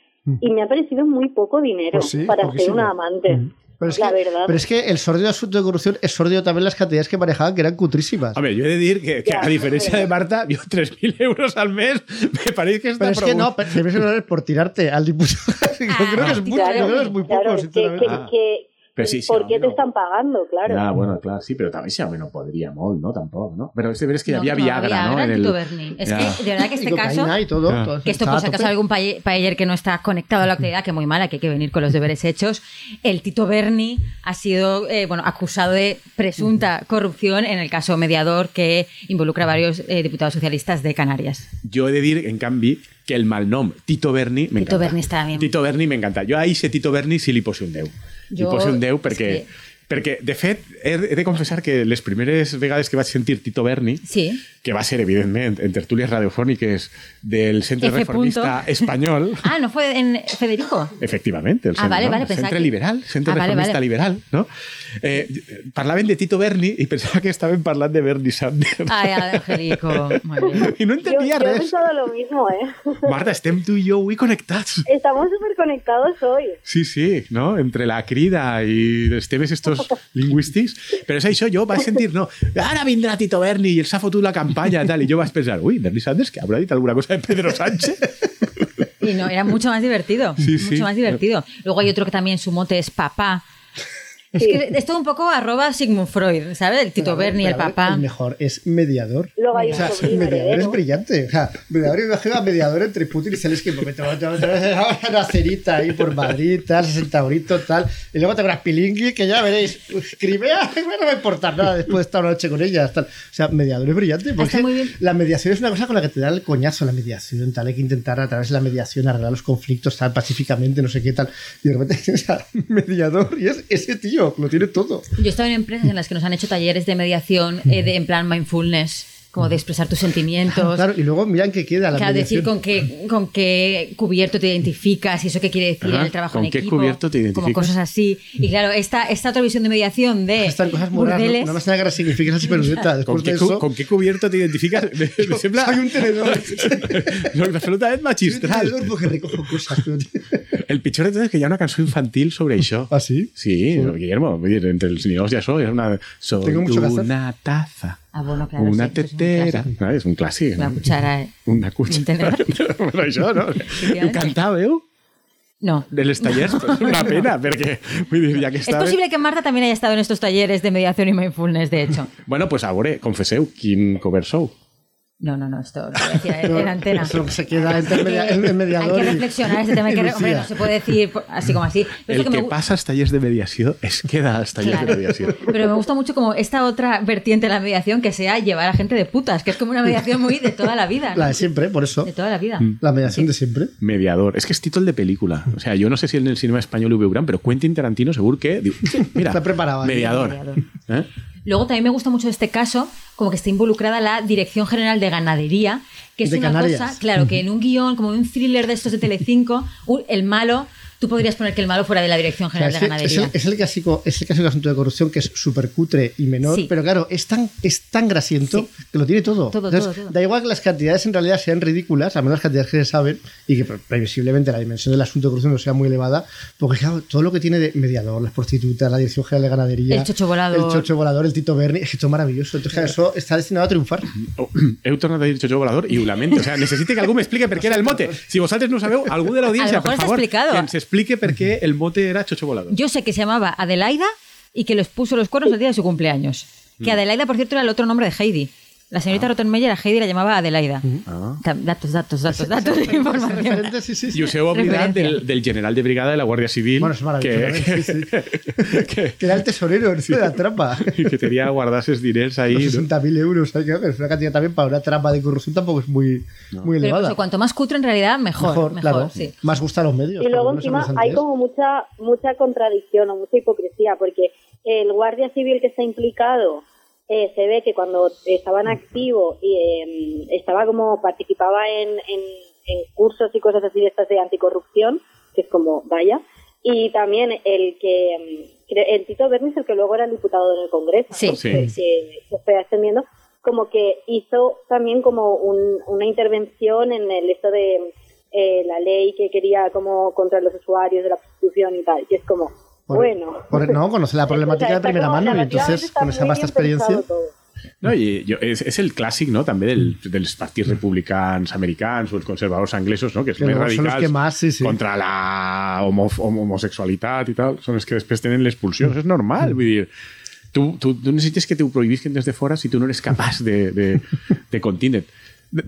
S5: Y me ha parecido muy poco dinero
S3: Mm. Pues sí,
S5: para ser
S3: poquísimo. Mm.
S5: una amante.
S3: Pero es,
S5: la
S3: que,
S5: verdad.
S3: pero es que el sordido asunto de corrupción es sordido también las cantidades que manejaban, que eran cutrísimas.
S4: A ver, yo he de decir que, que
S5: Ya,
S4: a diferencia
S5: pero-
S4: de Marta, yo 3.000 euros al mes me parece que está
S3: Pero es que
S4: probu-
S3: no, pero debes hablar por tirarte al diputado. yo creo que es mucho,
S2: claro,
S3: yo creo que es muy poco,
S5: claro, es que-
S3: sinceramente.
S5: que-
S4: Ah.
S5: que-
S4: Pero sí, sí,
S5: ¿Por
S4: a
S5: qué
S4: mí
S5: te
S4: no.
S5: están pagando? Claro.
S4: Ah, bueno, claro, sí, pero también si a mí no podría molt, ¿no? Tampoco, ¿no? Pero este ver es que
S2: No,
S4: había
S2: no,
S4: Viagra, ¿no? En
S2: Viagra,
S4: el- Ah.
S2: Tito Berni. Es
S4: Ya.
S2: que, de verdad que
S3: Y
S2: este
S3: cocaína
S2: caso...
S3: y todo,
S4: Ah.
S3: todo-
S2: Que esto,
S3: estaba
S2: por
S3: a
S2: si acaso,
S3: tope.
S2: algún paye- paeller que no está conectado a la actualidad, que muy mala, que hay que venir con los deberes hechos. El Tito Berni ha sido eh, bueno, acusado de presunta corrupción en el caso mediador que involucra a varios eh, diputados socialistas de Canarias.
S4: Yo he de decir, en cambio, que el mal nom Tito Berni me encanta.
S2: Tito Berni està bien.
S4: Tito Berni me encanta. Jo ahir sé Tito Berni si li poso un 10. Li
S2: Jo-
S4: poso un 10 perquè...
S2: és que-
S4: Perquè, de fet, he, he de confessar que les primeres vegades que vaig sentir Tito Berni,
S2: Sí.
S4: que va ser, evidentment, en tertúlies radiofòniques del Centre
S2: F.
S4: Reformista Espanyol,
S2: Ah, ¿no fue en Federico?
S4: Efectivamente, el
S2: Ah,
S4: centre,
S2: vale,
S4: no?
S2: vale,
S4: El
S2: pensaba
S4: centre
S2: que-
S4: liberal, centre
S2: Ah, vale,
S4: reformista
S2: vale.
S4: liberal, ¿no? Eh, parlaven de Tito Berni i pensava que estaven parlant de Bernie Sanders.
S3: Ah,
S2: Ay, Angélico. Muy bien.
S4: I no
S5: Yo,
S4: entenia
S5: yo he
S4: res.
S5: pensado lo mismo, ¿eh?
S4: Marta, estem tu i jo avui connectats.
S5: Estamos súper conectados hoy.
S4: Sí, sí, no? Entre la crida i els temes estos lingüístics. Però és això, jo vaig sentir, no, ara vindrà Tito Berni i els ha fotut la campanya, tal, i jo vaig pensar, ui, Bernie Sanders, que haurà dit alguna cosa de Pedro Sánchez?
S2: Y no, era mucho más divertido.
S4: Sí,
S2: mucho
S4: sí.
S2: más divertido. Luego hay otro que también su mote es papá. Es
S5: Sí.
S2: que es todo un poco arroba Sigmund Freud, ¿sabes? El Tito
S3: Pero a ver,
S2: Berni, el
S3: pero a ver,
S2: papá.
S3: El mejor es mediador.
S5: Luego hay
S3: O
S5: un
S3: sea,
S5: sobrino
S3: mediador es
S5: heredero.
S3: brillante. O sea, mediador imagina mediador entre Putin y Zelensky. Porque te vas te vas- te vas a una cerita ahí por Madrid, tal, 60 euritos, tal. Y luego te habrás Pilingui, que ya veréis. Uf, Crimea, bueno, no va a importar nada después de esta noche con ellas. Tal. O sea, mediador es brillante. Porque
S2: está muy bien.
S3: la mediación es una cosa con la que te da el coñazo la mediación, tal. Hay que intentar a través de la mediación arreglar los conflictos, tal, pacíficamente, no sé qué, tal. Y de repente tienes al mediador y es ese tío, lo tiene todo.
S2: Yo he estado en empresas en las que nos han hecho talleres de mediación eh, de, en plan mindfulness, como de expresar tus sentimientos.
S3: Claro, y luego miran que queda la
S2: Claro, decir
S3: mediación.
S2: con qué, con qué cubierto te identificas y eso qué quiere decir
S4: Ajá,
S2: el trabajo
S4: ¿con
S2: en
S4: qué
S2: equipo.
S4: cubierto te
S2: Como
S4: identificas?
S2: cosas así. Y claro, esta, esta otra visión de mediación de
S3: Están cosas muy raras.
S2: burdeles,
S3: No, no me hace nada que significa esa superviseta.
S4: ¿Con
S3: Después de
S4: qué, cu-
S3: eso,
S4: ¿Con qué cubierto te identificas? Me, me sembla...
S3: soy un tenedor.
S4: No, absolutament magistral.
S3: Yo porque recojo cosas. pero-
S4: El pitjor de tot és que hi ha una cançó infantil sobre això.
S3: ¿Ah, sí?
S4: Sí, Guillermo, vull dir, entre els ninos ja això és una... Soy
S3: Tengo mucho que hacer.
S4: una taza,
S2: Ah, bueno, claro,
S4: una
S2: sí, esto es un
S4: tetera... Ah, és un clàssic.
S2: una
S4: no?
S2: cuchara. eh.
S4: Una cucha.
S2: un tenedor.
S4: bueno, això, no? Ho cantàveu
S2: No.
S4: en els tallers? Pues una pena, perquè vull dir, ja que ¿eh?
S2: Es
S4: estava...
S2: posible que Marta también haya estado en estos talleres de mediación y mindfulness, de hecho.
S4: Bueno, pues a veure, confesseu, quin cover sou?
S2: No, no, no, esto lo voy a decir en, en antena.
S3: Eso que se queda entre el, media-
S2: Hay que-
S3: el mediador.
S2: Hay que
S3: y-
S2: reflexionar este tema. hay
S3: y
S2: que re- hombre,
S3: Lucía.
S2: no se puede decir por- así como así. Pero
S4: El
S2: es
S4: que,
S2: me gu-
S4: passa als tallers de mediació es queda als tallers
S2: Claro.
S4: de mediació.
S2: Pero me gusta mucho como esta otra vertiente de la mediación que sea llevar a gente de putas, que es como una mediación muy de toda la vida. ¿no?
S3: La de siempre, por eso.
S2: De toda la vida.
S3: La mediación de siempre.
S4: Mediador. Es que es título de película. O sea, yo no sé si en el cinema español lo verán, pero Quentin Tarantino seguro que... diu, Mira,
S3: Está preparado.
S4: Mediador.
S2: Mediador.
S4: ¿Eh?
S2: Luego también me gusta mucho este caso, como que está involucrada la Dirección General de Ganadería, que es
S3: De
S2: una
S3: Canarias.
S2: cosa, claro, que en un guión, como en un thriller de estos de Telecinco, un- el malo, tú podrías poner que el malo fuera de la Dirección
S3: O sea,
S2: General de
S3: es, que- es
S2: Ganadería.
S3: el, es el clásico, es el clásico asunto de corrupción que es súper cutre y menor,
S2: Sí.
S3: pero claro, es tan, es tan grasiento
S2: Sí.
S3: que lo tiene todo.
S2: Todo, todo, todo.
S3: Da igual que las cantidades en realidad sean ridículas, al menos las cantidades que se saben, y que pre- previsiblemente la dimensión del asunto de corrupción no sea muy elevada, porque claro, todo lo que tiene de mediador, las prostitutas, la dirección general de ganadería,
S2: El chocho volador.
S3: el chocho volador, el Tito Berni, es que esto es maravilloso. Entonces, claro, eso está destinado a triunfar.
S4: Oh, Heu tornat a dir xoxo volador i ho lamento. O sea, necessite que algú m'expliqui per què era el mote. Si vosaltres no ho sabeu, algú de
S2: A lo
S4: l'audiència,
S2: mejor
S4: per
S2: està
S4: favor,
S2: explicado.
S4: que ens explique per què el mote era xoxo volador.
S2: Yo sé que se llamaba Adelaida y que los puso los cuernos el día de su cumpleaños. Que Adelaida, por cierto, era el otro nombre de Heidi. La señorita Rottenmeier a Heidi la llamaba Adelaida.
S4: Ah.
S2: Ta- Datos, datos, datos, datos, información.
S3: Referentes, sí, sí, sí.
S4: Y usé obviedad
S2: Referencia.
S4: del, del general de brigada de la Guardia Civil.
S3: Bueno, es maravilloso.
S4: que-
S3: ¿eh? Sí, sí.
S4: que-
S3: Que era el tesorero ¿no? de la trampa.
S4: y que tenía guardases dineros ahí.
S3: Los
S4: ¿no?
S3: 60.000 euros, hay que ver, es una cantidad también para una trampa de corrupción tampoco es muy, muy
S2: Pero
S3: elevada.
S2: eso, cuanto más cutre en realidad, mejor. Mejor,
S3: claro.
S2: sí.
S3: Más gusta a los medios.
S5: Y
S3: por
S5: luego
S3: lo menos
S5: encima
S3: antes.
S5: hay como mucha mucha contradicción o mucha hipocresía, porque el guardia civil que está implicado eh, se ve que cuando estaba en activo y eh, estaba como participaba en, en, en cursos y cosas así de estas de anticorrupción, que es como vaya, y también el que mm, cre- el Tito Bernis, el que luego era diputado en el Congreso,
S2: Sí.
S5: ¿no?
S4: Sí.
S5: Que, que se fue ascendiendo, como que hizo también como un- una intervención en el esto de eh, la ley que quería como contra los usuarios de la prostitución y tal, que es como,
S3: Por-
S5: bueno.
S3: por- no, conoce la problemática
S5: O sea,
S3: de
S5: está
S3: primera
S5: como-
S3: mano y
S5: narrativamente
S3: entonces
S5: está
S3: con esa
S5: muy
S3: vasta
S5: bien pensado
S3: experiencia.
S5: todo.
S4: No, i jo, és, és el clàssic, no?, també del, dels partits republicans americans o els conservadors anglesos, no?, que
S3: Que
S4: són més
S3: luego
S4: radicals
S3: son los que más, sí, sí.
S4: contra la homo homo- homosexualitat i tal, són els que després tenen les pulsions. És normal,
S3: Mm.
S4: vull dir, tu, tu, tu necessites que t'ho prohibisquen des de fora si tu no eres capaç de, de, de continent.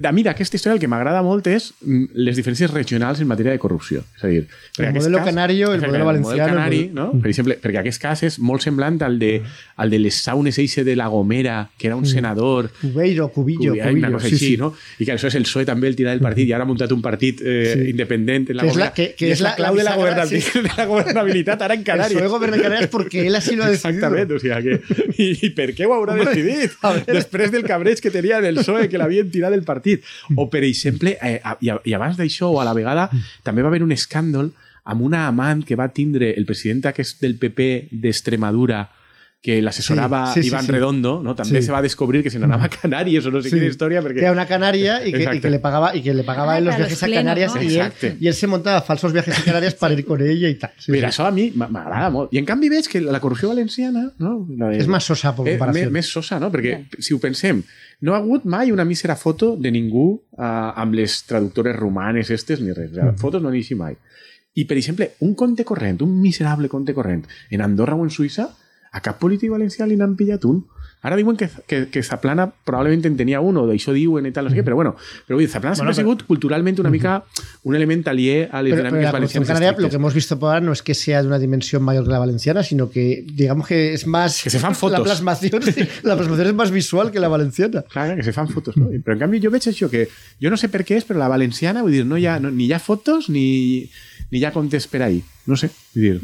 S4: A mi d'aquesta història el que m'agrada molt és mm, les diferències regionals en matèria de corrupció. És a dir, perquè
S3: El
S4: aquest
S3: modelo canario, el
S4: Exacte,
S3: modelo Mm. valenciano, el
S4: El model canari,
S3: model-
S4: no? Per exemple, perquè aquest cas és molt semblant al de, al de les saunes eixe de la Gomera, que era un senador...
S3: Cubeiro, Mm. cubillo,
S4: Hi ha una
S3: cubillo.
S4: cosa
S3: Sí,
S4: així,
S3: sí.
S4: no? I que aleshores el PSOE també el tira del partit i ara ha muntat un partit eh,
S3: Sí.
S4: independent en la
S3: Que és la-
S4: Gomera.
S3: que- que
S4: I
S3: és la-
S4: clau
S3: la
S4: de la,
S3: bisagra,
S4: governabil- de la governabilitat ara en
S3: El
S4: Canàries.
S3: suego goberna en Canarias porque él así lo ha decidido.
S4: Exactament, o sigui que... I, I per què ho haurà decidit?
S3: a veure.
S4: Després del cabreig que tenia del PSOE, que l'havien tirat del partit. O, per exemple, eh, a- i, a- i abans d'això, o a la vegada, també va haver un escàndol amb una amant que va tindre el president aquest del PP d'Extremadura, que l'assessorava
S3: Sí, sí, sí,
S4: Iván
S3: sí.
S4: Redondo, no? també
S3: Sí.
S4: se va descobrir que se n'anava a Canàries o no sé
S3: Sí.
S4: quina història,
S3: Que
S4: perquè...
S3: era una canaria y que, y que
S4: Exacto.
S3: le pagaba y que le pagaba
S2: Ah,
S3: él los
S2: claro,
S3: viajes
S2: los
S3: a
S2: plenos,
S3: Canarias
S2: ¿no?
S3: y, él,
S4: Exacto.
S3: y él se montaba falsos viajes a Canarias para ir con ella y tal. Sí,
S4: Mira,
S3: sí.
S4: això a mi m'a- m'agrada molt. I en canvi veig que la corrupció valenciana... No? La de-
S3: Es más sosa por
S4: Eh,
S3: comparación.
S4: més, més sosa, no? Perquè, si ho pensem, no ha hagut mai una mísera foto de ningú eh, amb les traductores romanes estes ni res. Mm. Fotos no n'hi així mai. I, per exemple, un compte corrent, un miserable compte corrent, en Andorra o en Suïssa, a cap polític valencià li n'han pillat un. Ara diuen que, que, que Zaplana probablement en tenia un, o d'això diuen i tal, no sé què, però bueno, però vull dir, Zaplana
S3: Mm. Bueno,
S4: bueno, sempre
S3: però-
S4: ha sigut culturalment una mica un element alié a les
S3: Pero, pero la
S4: dinàmiques
S3: corrupción
S4: valencianes
S3: canaria, lo que
S4: estrictes.
S3: hemos visto por ahora no es que sea de una dimensión mayor que la valenciana, sino que digamos que es más.
S4: Que se fan
S3: La
S4: fotos.
S3: plasmación, sí, la plasmación es más visual que la valenciana.
S4: Clar, que se fan fotos, no? Però en canvi jo veig això que... Jo no sé per què és, però la valenciana, vull dir, no hi ha, no, ni hi ha fotos ni, ni hi ha comptes per ahí. No sé, vull dir,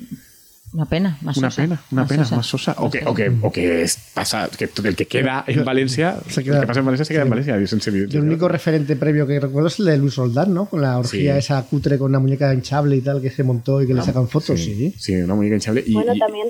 S2: Una pena, más
S4: una
S2: sosa,
S4: pena, una pena,
S2: sosa.
S4: más sosa. O que, o que, o que es, passa, que tot el que queda en València,
S3: Se
S4: el
S3: queda-
S4: que passa en València se queda en València, sense
S3: El único referente previo que recuerdo es el de Luis Roldán, ¿no? Con la orgía
S4: Sí. Ah,
S3: esa cutre con una muñeca hinchable y tal que se montó y que le sacan fotos.
S4: Sí, sí, una muñeca hinchable. I,
S5: Bueno,
S4: i,
S5: también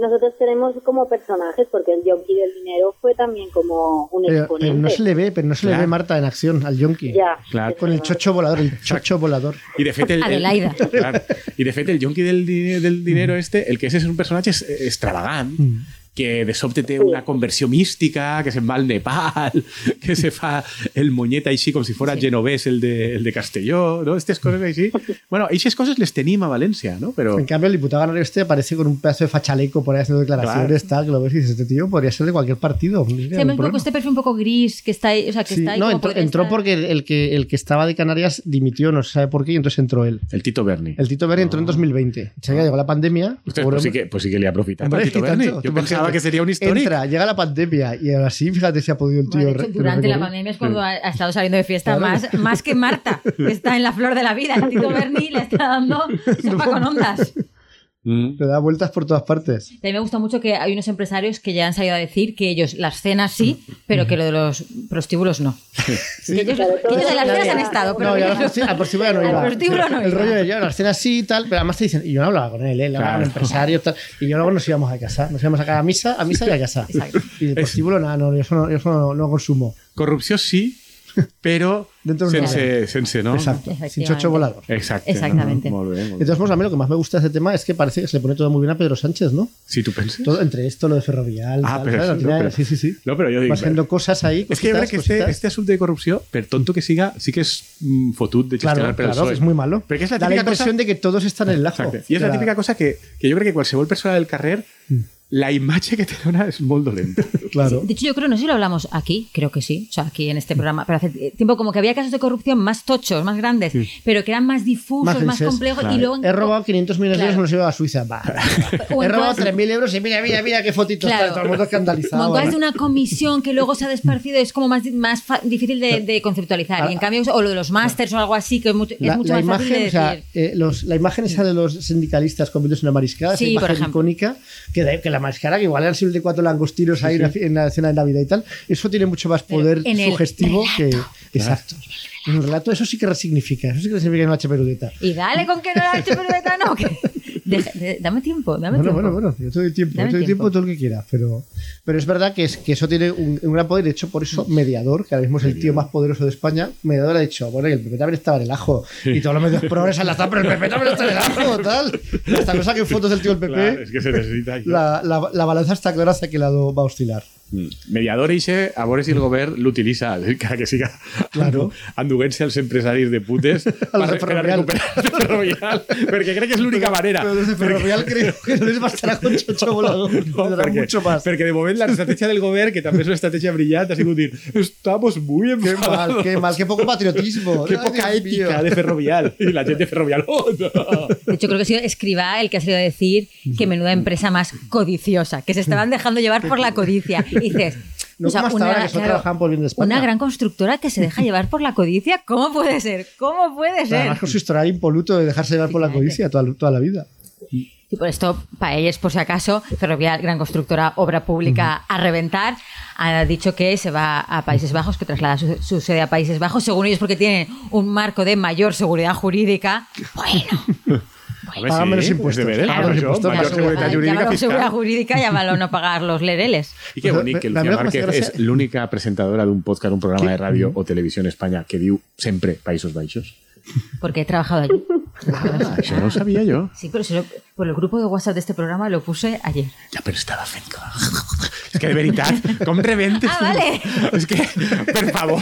S5: nosotros tenemos como personajes, porque el yonki del dinero fue también como un
S3: Pero, pero
S5: exponente.
S3: no se le ve, pero no se le
S4: Claro.
S3: ve Marta en acción al yonki.
S5: Ya,
S4: Claro.
S5: es
S3: Con el
S5: verdad.
S3: chocho volador, el chocho volador.
S4: I de fet... El,
S2: Adelaida.
S4: El, clar, I de fet, el yonqui del, di- del dinero este, el que és és un personatge es- extravagant,
S3: Mm.
S4: que de sobte té una conversió mística, que se'n va al Nepal, que se fa el monyet així com si fora genovès el de, el de Castelló, no? Aquestes coses així. Bueno, aquestes coses les tenim a València, no? Però...
S3: En cambio, el diputado canario este aparece con un pedazo de fachaleco por ahí haciendo declaraciones, tal, que lo ves y dices, este tío podría ser de cualquier partido. no
S2: Sí,
S3: tiene
S2: además,
S3: ningún
S2: un poco
S3: problema.
S2: este perfil un poco gris que está ahí, o sea, que
S3: Sí,
S2: está ahí
S3: no,
S2: como
S3: entró,
S2: podría
S3: entró
S2: estar-
S3: porque el, el que, el que estaba de Canarias dimitió, no se sabe por qué, y entonces entró él.
S4: El Tito Berni.
S3: El Tito Berni entró en 2020. O sea, ya llegó la pandemia.
S4: Ostres,
S3: pobre
S4: Ah. pues, sí
S3: hombre.
S4: que, pues sí que li ha aprofitat
S3: Hombre,
S4: al Tito
S3: y tanto,
S4: Berni.
S3: tú
S4: Jo
S3: imagínate.
S4: pensaba que seria un històric.
S3: Entra, llega la pandemia y ahora sí, fíjate, se ha podido el tío.
S2: Bueno, de hecho,
S3: re-
S2: durante la
S3: recorrer.
S2: pandemia es cuando ha, ha estado saliendo de fiesta más, más que Marta, que está en la flor de la vida. El Tito Berni le está dando sopa con ondas.
S4: Mm.
S3: Le da vueltas por todas partes.
S2: A mí me gusta mucho que hay unos empresarios que ya han salido a decir que ellos las cenas sí, pero que lo de los prostíbulos no.
S3: Sí.
S2: Ellos,
S5: Claro, todo
S2: ellos en las
S5: eso
S2: cenas
S5: ya-
S2: han estado, pero
S3: No, y
S2: ellos
S3: a los- sí, al prostíbulo no
S2: Al
S3: iba.
S2: prostíbulo no
S3: el
S2: iba.
S3: rollo de yo, la escena así y tal, pero además te dicen, y yo no hablaba con él, él hablaba con
S4: Claro.
S3: empresarios tal, y yo luego nos íbamos a casa, nos íbamos a cada misa, a misa y a casa.
S2: Exacto.
S3: Y el prostíbulo, nada, no, yo eso no, yo eso no, no consumo.
S4: Corrupció sí, però
S3: Dentro d'un
S4: sense, sense, no?
S3: Exacto, sin
S2: Efectivamente.
S3: chocho volador.
S4: Exacte.
S2: Exactamente.
S4: No? Molt bé, molt
S3: De
S4: bé.
S3: todos modos, a mí lo que más me gusta de este tema es que parece que se le pone todo muy bien a Pedro Sánchez, ¿no?
S4: Si tu penses...
S3: Todo, entre esto, lo de ferrovial,
S4: Ah,
S3: tal,
S4: pero
S3: claro,
S4: eso,
S3: al final,
S4: no, pero-
S3: sí, sí, sí.
S4: No, però jo dic...
S3: Va haciendo cosas ahí.
S4: És que jo
S3: cositas,
S4: crec que este,
S3: cositas.
S4: este assumpte de corrupció, per tonto que siga, sí que és mm, fotut de gestionar
S3: Claro,
S4: per
S3: claro,
S4: el PSOE.
S3: es muy malo.
S4: Perquè és la
S3: da la
S4: típica cosa...
S3: impresión de que todos están en el lazo.
S4: Exacte. I
S3: Que
S4: és la
S3: la- Mm.
S4: típica cosa que, que jo crec que qualsevol persona del carrer la imatge que té dona és molt dolenta.
S3: Claro.
S2: De hecho, yo creo, no sé si lo hablamos aquí, creo que sí, o sea, aquí en este programa, pero hace tiempo como que había casos de corrupción más tochos, más grandes,
S4: Sí.
S2: pero que eran más difusos,
S3: Más
S2: más
S3: grises,
S2: complejos y
S4: claro.
S2: luego... en-
S3: He robado 500 millones de
S2: Claro.
S3: euros y me los he llevado a Suiza. Va.
S2: o
S3: He
S2: en
S3: robado
S2: cosas-
S3: 3.000 euros y mira, mira, mira qué fotito
S2: Claro.
S3: está. Todo el
S2: Como
S3: mundo
S2: en
S3: escandalizado.
S2: cosas de una comisión que luego se ha desparcido es como más, más fa- difícil de, de conceptualizar. Y en cambio, o lo de los másters o algo así, que es, mucho- es
S3: Ah, La,
S2: mucho
S3: la
S2: más fácil de
S3: imagen, o sea,
S2: decir.
S3: eh, los- la imagen esa de los sindicalistas comiéndose una mariscada,
S2: Sí,
S3: esa
S2: por
S3: imagen
S2: ejemplo.
S3: icónica, que, da- que la mariscada, que igual eran sido de cuatro langostinos ahí en la- en la escena de Navidad y tal, eso tiene mucho más
S2: Pero
S3: poder
S2: en el
S3: sugestivo que. Exacto. En un relato, eso sí que resignifica, eso sí que significa en una cheperudeta.
S2: Y dale con que no la hecho no. que- Deja- de- dame tiempo, dame
S3: Bueno,
S2: tiempo.
S3: bueno, bueno, yo te doy tiempo,
S2: Dame
S3: yo te doy
S2: tiempo.
S3: tiempo todo lo que quieras, pero, pero es verdad que, es, que eso tiene un, un gran poder, de hecho, por eso Mediador, que ahora mismo es el tío más poderoso de España, Mediador ha dicho, bueno, y el PP también estaba en el ajo, y todos los medios progresan la pero el PP también está en el ajo, tal, Y hasta no saquen fotos del tío del PP,
S4: Clar, és que se necessita això.
S3: la, la, la balanza está clara hacia qué lado va a oscilar.
S4: Mm. Mediador eixe, a veure si el govern l'utilitza, encara que siga
S3: Claro.
S4: enduguent-se als empresaris de putes
S3: Als de Ferrovial.
S4: recuperar el ferrovial, perquè crec que és l'única manera.
S3: Pero desde Ferrovial creo que no les bastará con Chocho Volador,
S4: No,
S3: tendrán
S4: perquè,
S3: mucho más.
S4: perquè de moment l'estratègia del govern, que també és una estratègia brillant, ha sigut dir, estamos muy
S3: Qué
S4: enfadados.
S3: mal, qué mal, qué poco patriotismo.
S4: Qué
S3: Ay,
S4: poca
S3: Dios mío.
S4: ética de ferrovial. Y la gente de ferrovial, oh, no.
S2: De hecho, creo que ha sido Escribá el que ha salido a decir que menuda empresa más codiciosa, que se estaban dejando llevar por la codicia. Y dices,
S3: No como hasta ahora, que solo trabajaban por el bien de España.
S2: una gran constructora que se deja llevar por la codicia, ¿cómo puede ser? ¿Cómo puede ser?
S3: Además con su historial impoluto de dejarse llevar por la codicia toda, toda la vida.
S2: Y por esto, Paelles, por si acaso, Ferrovial, gran constructora, obra pública a reventar, ha dicho que se va a Países Bajos, que traslada su, su sede a Países Bajos, según ellos, porque tienen un marco de mayor seguridad jurídica. Bueno,
S3: Pagan
S4: pues,
S3: menos impuestos.
S4: Deberes,
S3: Pagan menos
S4: això,
S3: impuestos.
S4: major
S3: Claro.
S4: seguretat jurídica
S2: llámalo seguridad
S4: fiscal.
S2: jurídica, llámalo no pagar los lereles.
S4: I que bonic que
S3: La
S4: Lucía
S3: meva cosa
S4: Márquez és
S3: gràcia-
S4: l'única presentadora d'un podcast, un programa
S3: Qui?
S4: de ràdio o televisió en Espanya que diu sempre Països Baixos.
S2: Porque he trabajado allí.
S4: Ah, això no ho sabia jo.
S2: Sí, pero se lo- por el grupo de WhatsApp de este programa lo puse ayer.
S4: Ja, però estava fent... com- És que de veritat, com rebentes?
S2: Ah, vale.
S4: És que, per favor,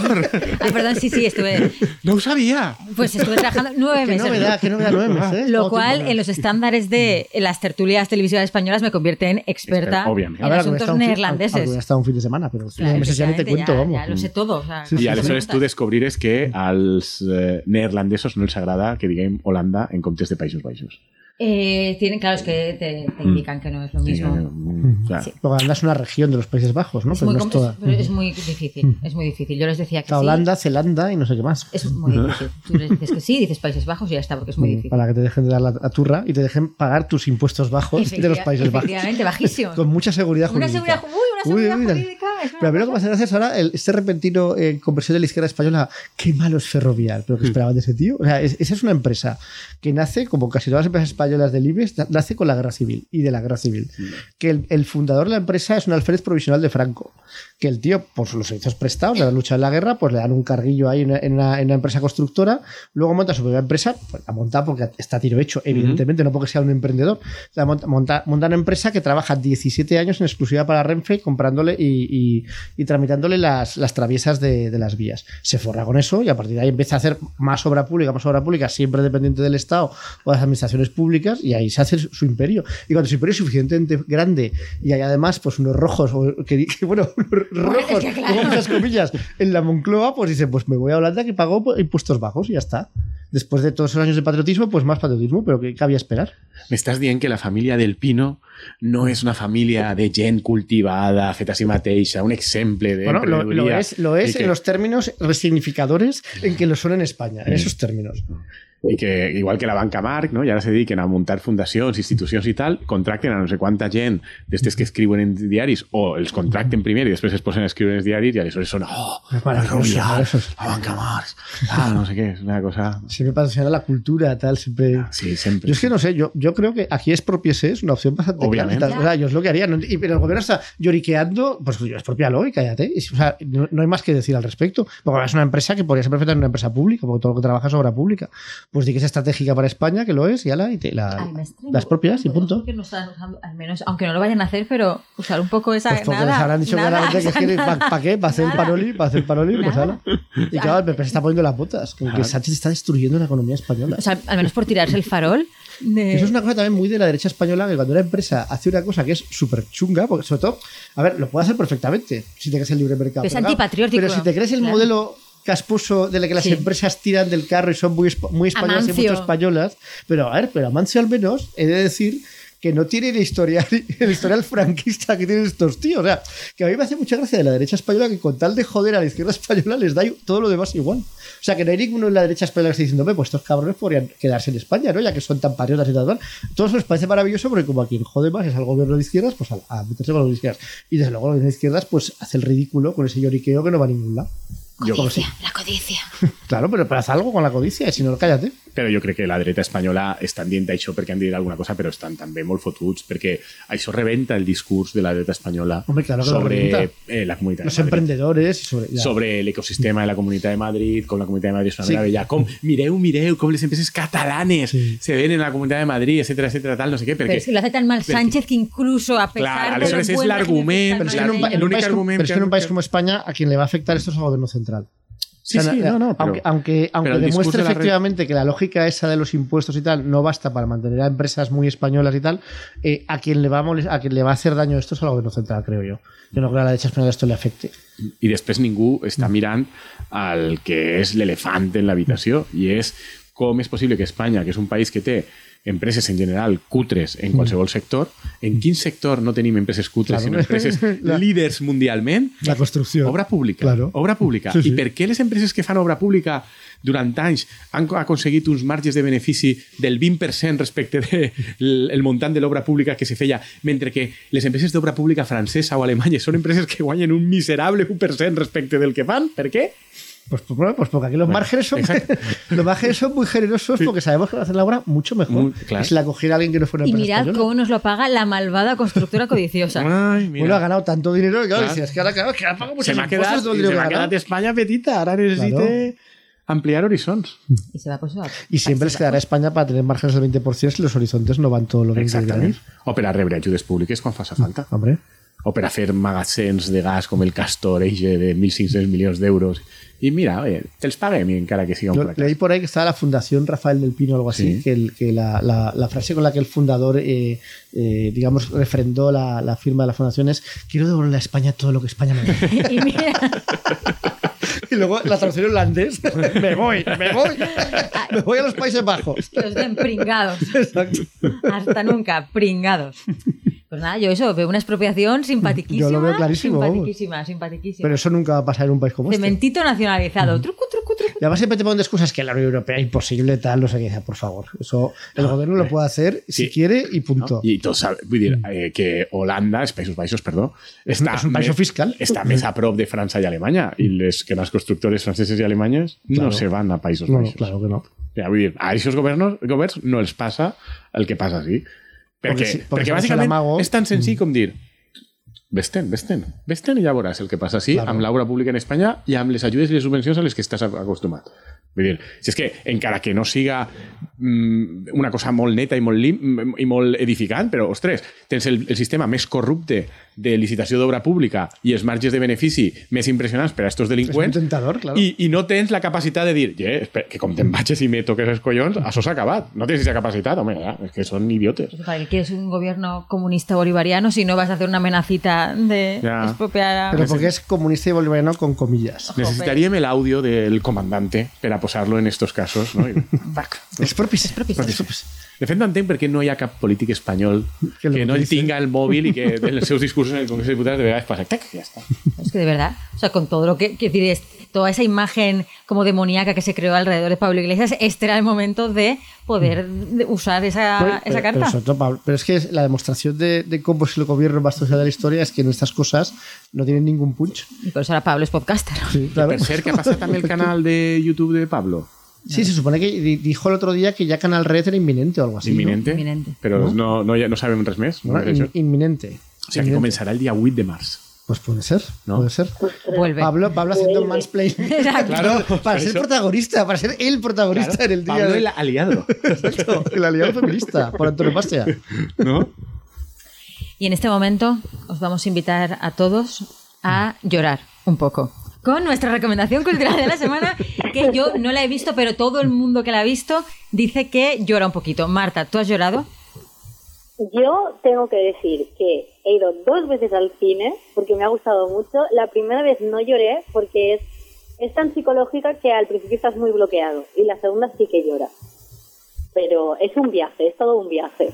S2: Ah, perdón, sí, sí, estuve.
S4: no ho sabia.
S2: Pues estuve trabajando nueve
S3: Qué
S2: meses.
S3: novedad, qué novedad nueve meses.
S2: Lo cual, en los estándares de las tertulias televisivas españolas, me convierte en experta
S4: Experta, obviamente.
S2: en asuntos neerlandeses.
S3: Hasta un fin de semana, pero nueve meses ya ni te
S2: efectivamente,
S3: cuento,
S2: ya-
S3: vamos.
S2: ya lo sé todo. o sea,
S4: I aleshores tu descobrires que als eh, neerlandesos no els agrada que diguem Holanda en comptes de Països Baixos.
S2: Eh, tienen, claro, es que te,
S4: Mm.
S2: te indican que no es lo
S4: Sí,
S2: mismo.
S4: mm, clar.
S2: Sí.
S3: Porque Holanda es una región de los Países Bajos, ¿no?
S2: Es
S3: Pero
S2: muy
S3: no es
S2: compl-
S3: toda. Mm.
S2: pero es muy difícil, es muy difícil. Yo les decía que
S3: Está
S2: sí.
S3: Holanda, Zelanda y no sé qué más. Mm,
S2: Es muy difícil. Tú les dices que sí, dices Países Bajos y ya está, porque es muy difícil.
S3: Para que te dejen de dar la la turra y te dejen pagar tus impuestos bajos de los
S2: Efectiva-
S3: Países Bajos.
S2: Efectivamente, bajísimos.
S3: Con mucha seguridad
S2: Una
S3: jurídica.
S2: seguridad, uy, una seguridad
S3: uy, dale.
S2: jurídica. es una
S3: Pero a mí lo que
S2: cosa-
S3: pasa gracias ahora, el, este repentino eh, conversión de la izquierda española, qué malo es Ferrovial, pero que esperaban de ese tío. O sea, es- esa es una empresa que nace, como casi todas las empresas españolas del IBEX, na- nace con la guerra civil y de la guerra civil. Que el, el fundador de la empresa es un alférez provisional de Franco. Que el tío, por los servicios prestados de la lucha en la guerra, pues le dan un carguillo ahí en, en una, en una empresa constructora, luego monta su propia empresa, pues la monta porque está a tiro hecho, evidentemente, no porque sea un emprendedor. La monta, monta, monta una empresa que trabaja 17 años en exclusiva para Renfe, comprándole y, y- y tramitándole las, las traviesas de, de las vías. Se forra con eso y a partir de ahí empieza a hacer más obra pública, más obra pública, siempre dependiente del Estado o de las administraciones públicas, y ahí se hace su, su imperio. Y cuando su imperio es suficientemente grande y hay además pues unos rojos, o que, di- que, bueno, unos rojos,
S2: que claro.
S3: con muchas comillas, en la Moncloa, pues dice, pues me voy a Holanda que pago pues, impuestos bajos y ya está. Después de todos esos años de patriotismo, pues más patriotismo, pero que cabía esperar.
S4: M'estàs dient que la família del Pino no és una família de gent cultivada, feta a si mateixa, un exemple de
S3: Bueno, lo, lo
S4: emprenedoria
S3: es, lo es
S4: i que,
S3: en los términos resignificadores en que lo son en España,
S4: Mm.
S3: en esos términos.
S4: I que, igual que la banca Marc, no? i ara se dediquen a muntar fundacions, institucions i tal, contracten a no sé quanta gent d'estes que escriuen en diaris, o els contracten primer i després es posen a escriure en els diaris i aleshores són, oh,
S3: Es
S4: la
S3: maravilloso,
S4: Rovial,
S3: maravilloso.
S4: la banca Marc, ah, no sé què, és una cosa...
S3: Siempre patrocinar la cultura, tal, siempre.
S4: Ah, Sí, sempre.
S3: Yo es que no sé, yo, yo creo que aquí expropiese es una opción bastante
S4: Obviamente.
S3: clara. O sea, yo es lo que haría. no- y, pero el gobierno está lloriqueando, pues yo expropialo y cállate. Y, o sea, no, no hay más que decir al respecto. Porque es una empresa que podría ser perfectamente una empresa pública, porque todo lo que trabaja es obra pública. Pues di que es estratégica para España, que lo es, y ala, y te la,
S2: Ay, me estremo.
S3: las propias y
S2: Bueno,
S3: punto.
S2: porque no están usando, al menos, aunque no lo vayan a hacer, pero usar un poco esa.
S3: Pues porque
S2: nada,
S3: les habrán dicho
S2: nada,
S3: claramente que
S2: esa
S3: quieren
S2: nada.
S3: ¿para qué? ¿Para hacer el
S2: nada.
S3: paroli? ¿Para hacer el paroli? Pues
S2: Nada.
S3: ala. Y claro, el PP se está poniendo las botas, con que Sánchez está destruyendo la economía española.
S2: O sea, eh, al menos por tirarse el farol. de-
S3: Eso es una cosa también muy de la derecha española, que cuando una empresa hace una cosa que es súper chunga, porque sobre todo, a ver, lo puede hacer perfectamente, si te crees el libre mercado.
S2: Pero es
S3: claro,
S2: antipatriótico,
S3: Pero si te crees el
S2: claro.
S3: modelo casposo de la que las
S2: Sí.
S3: empresas tiran del carro y son muy, espa- muy españolas y
S2: Amancio.
S3: mucho españolas, pero a ver, pero Amancio al menos, he de decir que no tiene el historial, el historial franquista que tienen estos tíos. O sea, que a mí me hace mucha gracia de la derecha española que con tal de joder a la izquierda española les da i- todo lo demás igual. O sea, que no hay ninguno en la derecha española que esté diciendo, "Hombre, pues estos cabrones podrían quedarse en España, ¿no? Ya que son tan patriotas y tal, tal. Todos les parece maravilloso porque como a quien jode más es al gobierno de izquierdas, pues a, a meterse con los de izquierdas. Y desde luego los de izquierdas pues hace el ridículo con ese lloriqueo que no va a ningún lado. Como si-
S2: Codicia, la codicia.
S3: claro, pero, pero haz algo con la codicia, y si no, cállate.
S4: però jo crec que la dreta espanyola estan dient això perquè han dit alguna cosa, però estan també molt fotuts, perquè això rebenta el discurs de la dreta espanyola
S3: Hombre, claro que lo
S4: sobre
S3: rebenta.
S4: eh, la comunitat
S3: Los
S4: de Madrid.
S3: emprendedores y sobre... ya.
S4: sobre el ecosistema de la Comunidad de Madrid, con la Comunidad de Madrid es una
S3: Sí.
S4: maravilla, con Mireu, Mireu, cómo las empresas catalanes
S3: Sí.
S4: se ven en la Comunidad de Madrid, etcétera, etcétera, tal, no sé qué,
S2: Pero
S4: porque
S2: es que lo hace tan mal
S4: porque-
S2: Sánchez que incluso a pesar
S4: Claro,
S2: de
S4: aleshores
S2: los
S4: es
S2: buenos
S4: el argumento,
S3: Pero es que en
S4: claro.
S3: un, pa- en un
S4: El único
S3: país, como-
S4: argumento
S3: pero es que en un
S4: que-
S3: país como España, a quien le va a afectar esto es al gobierno central.
S6: Sí,
S3: O sea,
S6: sí,
S3: na-
S6: no, no, pero-
S3: aunque, aunque, aunque
S4: pero el discurso
S3: demuestre
S4: de la red-
S3: efectivamente que la lógica esa de los impuestos y tal no basta para mantener a empresas muy españolas y tal, eh, a quien le va a molest- a quien le va a hacer daño esto es al gobierno central, creo yo. Yo no creo que a la derecha española esto le afecte.
S4: i després ningú està
S3: Mm.
S4: mirant al que és l'elefant en l'habitació i és com és possible que Espanya, que és un país que té empreses en general cutres en qualsevol sector, en quin sector no tenim empreses cutres,
S3: Mm. Claro.
S4: sinó empreses
S3: La-
S4: líders mundialment?
S3: La construcción.
S4: Obra pública.
S3: Claro.
S4: Obra pública.
S3: Sí, sí.
S4: I per què les empreses que fan obra pública durant anys han co- aconseguit uns marges de benefici del 20% respecte del de el muntant de l'obra pública que se feia, mentre que les empreses d'obra pública francesa o alemanya són empreses que guanyen un miserable 1% respecte del que fan? Per què?
S3: Pues, pues, bueno, pues porque aquí los, márgenes son,
S4: exacto.
S3: los márgenes son muy generosos porque sabemos que van a hacer la obra mucho mejor.
S4: Muy- claro.
S3: que si la cogiera alguien que no fuera una
S2: Y
S3: empresa
S2: mirad
S3: española.
S2: cómo nos lo paga la malvada constructora codiciosa.
S4: Ai,
S3: Bueno, ha ganado tanto dinero que, claro,
S4: Claro.
S3: dices, es que ahora, claro, es que ahora pago
S4: se
S3: muchos
S4: m'ha
S3: impuestos
S4: quedat,
S3: todo el dinero
S4: se m'ha
S3: que ha ganado.
S4: quedat Espanya petita, ara
S3: Claro.
S4: necessite ampliar horitzons.
S2: Y se va pues a-
S3: Y siempre les quedará España para tener márgenes del 20% si los horizontes no van todo lo que
S4: Exactament.
S3: deberían ir.
S4: O per a rebre ajudes públiques quan faci falta.
S3: Hombre.
S4: o per a fer magatzems de gas com el Castor Eixe de 1.500 milions d'euros. I mira, oye, te'ls paguem i encara que sigui un
S3: Yo
S4: fracàs.
S3: leí por ahí que estaba la Fundación Rafael del Pino o algo así,
S4: Sí.
S3: que, el- que la, la- la frase con la que el fundador, eh, eh, digamos, refrendó la, la firma de la fundación es quiero devolverle a España todo lo que España me da.
S2: Y mira,
S3: y luego la traducción en holandés, me voy, me voy, me voy a los Países Bajos.
S2: que os den pringados.
S3: Exacto.
S2: Hasta nunca, pringados. Pues nada, yo eso, veo una expropiación simpatiquísima.
S3: Yo lo veo clarísimo, vamos.
S2: Simpatiquísima, simpatiquísima.
S3: Pero eso nunca va a pasar en un país como este.
S2: Cementito nacionalizado. Truco, truco, truco.
S3: Y además siempre te ponen de excusas que la Unión Europea es imposible, tal, no sé qué. Ya, Por favor, eso el gobierno lo puede hacer si
S4: eh, Sí.
S3: quiere y punto.
S4: No? I tots saben, vull dir, eh, que Holanda, els Països Baixos, perdó, està,
S3: Mm. és un país
S4: més-
S3: fiscal.
S4: està més a prop de França i Alemanya i les, que les constructores franceses i alemanyes no
S3: Claro.
S4: se van a Països
S3: No, no,
S4: Baixos.
S3: claro que no.
S4: Ja, vull dir, a aquests governs, governs no els passa el que passa aquí. Perquè,
S3: Perquè sí-
S4: perquè,
S3: perquè
S4: perquè
S3: si no mm. se
S4: bàsicament
S3: l'amago-
S4: és tan senzill com dir Vesten, vesten, vesten i ja veuràs el que passa així
S3: Claro.
S4: amb l'obra pública en Espanya i amb les ajudes i les subvencions a les que estàs acostumat. Vull dir, si és que encara que no siga mm, una cosa molt neta i molt, lim, i molt edificant, però, ostres, tens el, el sistema més corrupte de licitació d'obra pública i els marges de benefici més impressionants per a estos delinqüents
S3: tentador, claro.
S4: i, i no tens la capacitat de dir "Ye, espera, que com te'n vagis i me toques els collons, això s'ha acabat. No tens aquesta capacitat, home, ja, és que són idiotes.
S2: Eso, ¿Para qué quieres un gobierno comunista bolivariano si no vas a hacer una amenacita de
S4: Ya.
S2: expropiar a...
S3: Pero porque es comunista y bolivariano con
S2: Ah,
S3: comillas.
S4: Necessitaríem l'àudio del comandante per a posar-lo en estos casos. No? I, tac.
S3: Es propicia.
S4: De fet, no entenc per què no hi ha cap polític espanyol
S3: Que
S4: que,
S3: lo
S4: no el
S3: utilice.
S4: tinga el mòbil i que en els seus discursos en el Congrés de Diputats de vegades passa tac, ja està.
S2: Es que de verdad, o sea, con todo lo que, quiero decir, es- toda esa imagen como demoníaca que se creó alrededor de Pablo Iglesias, este era el momento de poder de- usar esa, Ah, esa
S3: Pero-
S2: carta.
S3: Pero, sobre todo, Pablo, pero es que la demostración de, de cómo es el gobierno más social de la historia es que en estas cosas no tienen ningún punch.
S2: y por eso ahora Pablo es podcaster.
S3: Sí, claro.
S4: Per cert, que ha passat també el canal de YouTube de Pablo?
S3: Sí, se supone que di- dijo el otro día que ya Canal Red era inminente o algo así. ¿no?
S4: Imminente.
S2: Imminente.
S4: eh? Però no, no, no, hi ha- no sabem res més. No?
S3: Bueno, in-
S4: o
S3: inminente.
S4: sigui, que començarà el dia 8 de març.
S3: Pues puede ser,
S4: ¿No?
S3: puede ser.
S2: Vuelve.
S3: Pablo, Pablo haciendo mansplay.
S4: Claro,
S3: para ser protagonista, para ser el protagonista en el día
S4: Pablo
S3: de...
S4: el aliado.
S3: Exacto, el aliado feminista, por antonomasia.
S4: ¿No?
S2: Y en este momento os vamos a invitar a todos a llorar un poco. con nuestra recomendación cultural de la semana, que yo no la he visto, pero todo el mundo que la ha visto dice que llora un poquito. Marta, ¿tú has llorado?
S5: Yo tengo que decir que he ido dos veces al cine porque me ha gustado mucho. La primera vez no lloré porque es, es tan psicológica que al principio estás muy bloqueado y la segunda sí que llora. Pero es un viaje, es todo un viaje.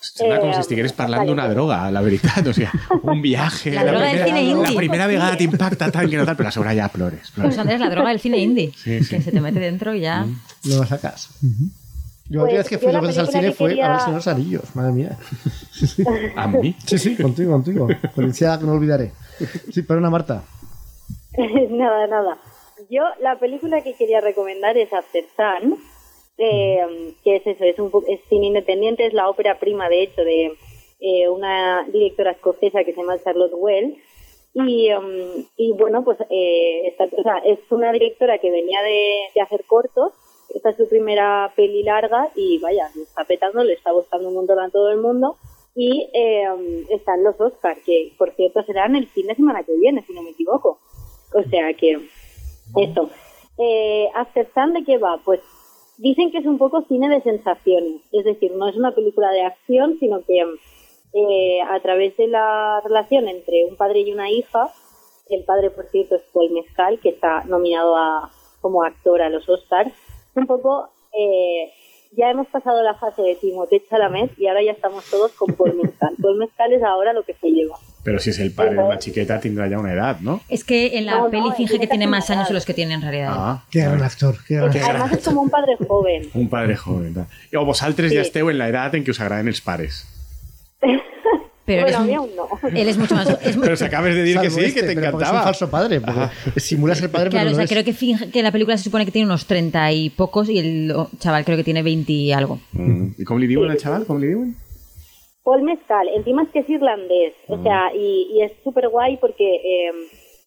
S7: Sembla
S5: Eh,
S7: com si estigués parlant
S5: vale.
S7: d'una droga, la veritat. O sigui, un viatge...
S2: La droga del cine
S7: la
S2: indie.
S7: primera vegada t'impacta tant que no tal, però a sobre ja plores. plores.
S2: Pues Andrés, la droga del cine indie,
S7: Sí, sí.
S2: que se te mete dentro y ya...
S3: Lo sacas. Yo la
S5: Pues,
S3: última vez que fui
S5: yo la
S3: dos veces al
S5: película
S3: cine
S5: que
S3: fue
S5: quería-
S3: a ver Señor de los Anillos, madre mía.
S7: Amb mi?
S3: Sí, sí, contigo, contigo. Policía que no olvidaré. Sí, perdona, Marta.
S5: nada, nada. Yo la película que quería recomendar es After Sun, eh, que es eso, es un po- es cine independiente, es la ópera prima de hecho de eh, una directora escocesa que se llama Charlotte Wells. Y, em, y bueno, pues eh, esta- o sea, es una directora que venía de, de hacer cortos. Esta es su primera peli larga y vaya, le está petando, le está gustando un montón a todo el mundo. Y em, están los Oscars, que por cierto serán el fin de semana que viene, si no me equivoco. O sea que, eso. Eh, After Sun, ¿de qué va? Pues dicen que es un poco cine de sensaciones. Es decir, no es una película de acción, sino que eh, a través de la relación entre un padre y una hija, el padre, por cierto, es Paul Mezcal, que está nominado a, como actor a los Oscars, un poco. eh, ya hemos pasado la fase de Timothée Chalamet y ahora ya estamos todos con Paul Mezcal. Paul Mezcal es ahora lo que se lleva.
S7: Però si és el pare d'una xiqueta tindrà ja una edat, no?
S2: Es que en la
S5: No, no,
S2: peli
S5: es
S2: finge
S5: que
S2: que tiene
S5: está
S2: más años
S5: enamorado.
S2: de los que tiene en realidad.
S7: Ah,
S3: Qué gran actor. Qué gran actor.
S5: Además es como un padre joven.
S7: un padre joven. tal. oh, O vosaltres
S5: Sí.
S7: ja esteu en l'edat en què us agraden els pares.
S2: Pero
S5: bueno, a
S2: él,
S5: mí
S2: es,
S5: aún no.
S2: mu- él es mucho más... es mu-
S7: Però s'acabes de dir que
S3: Salvo
S7: sí,
S3: este,
S7: que
S3: pero porque Es
S7: t'encantava.
S3: un falso padre, porque simula ser padre,
S2: Claro, o
S3: pero no
S2: sea,
S3: es.
S2: creo que, finge- que la película se supone que tiene unos treinta y pocos y el o- chaval creo que tiene 20 y algo.
S7: Mm. I com li diuen al xaval? Com li diuen?
S5: Paul Mescal, encima es que es irlandés, o sea, y, y es súper guay porque eh,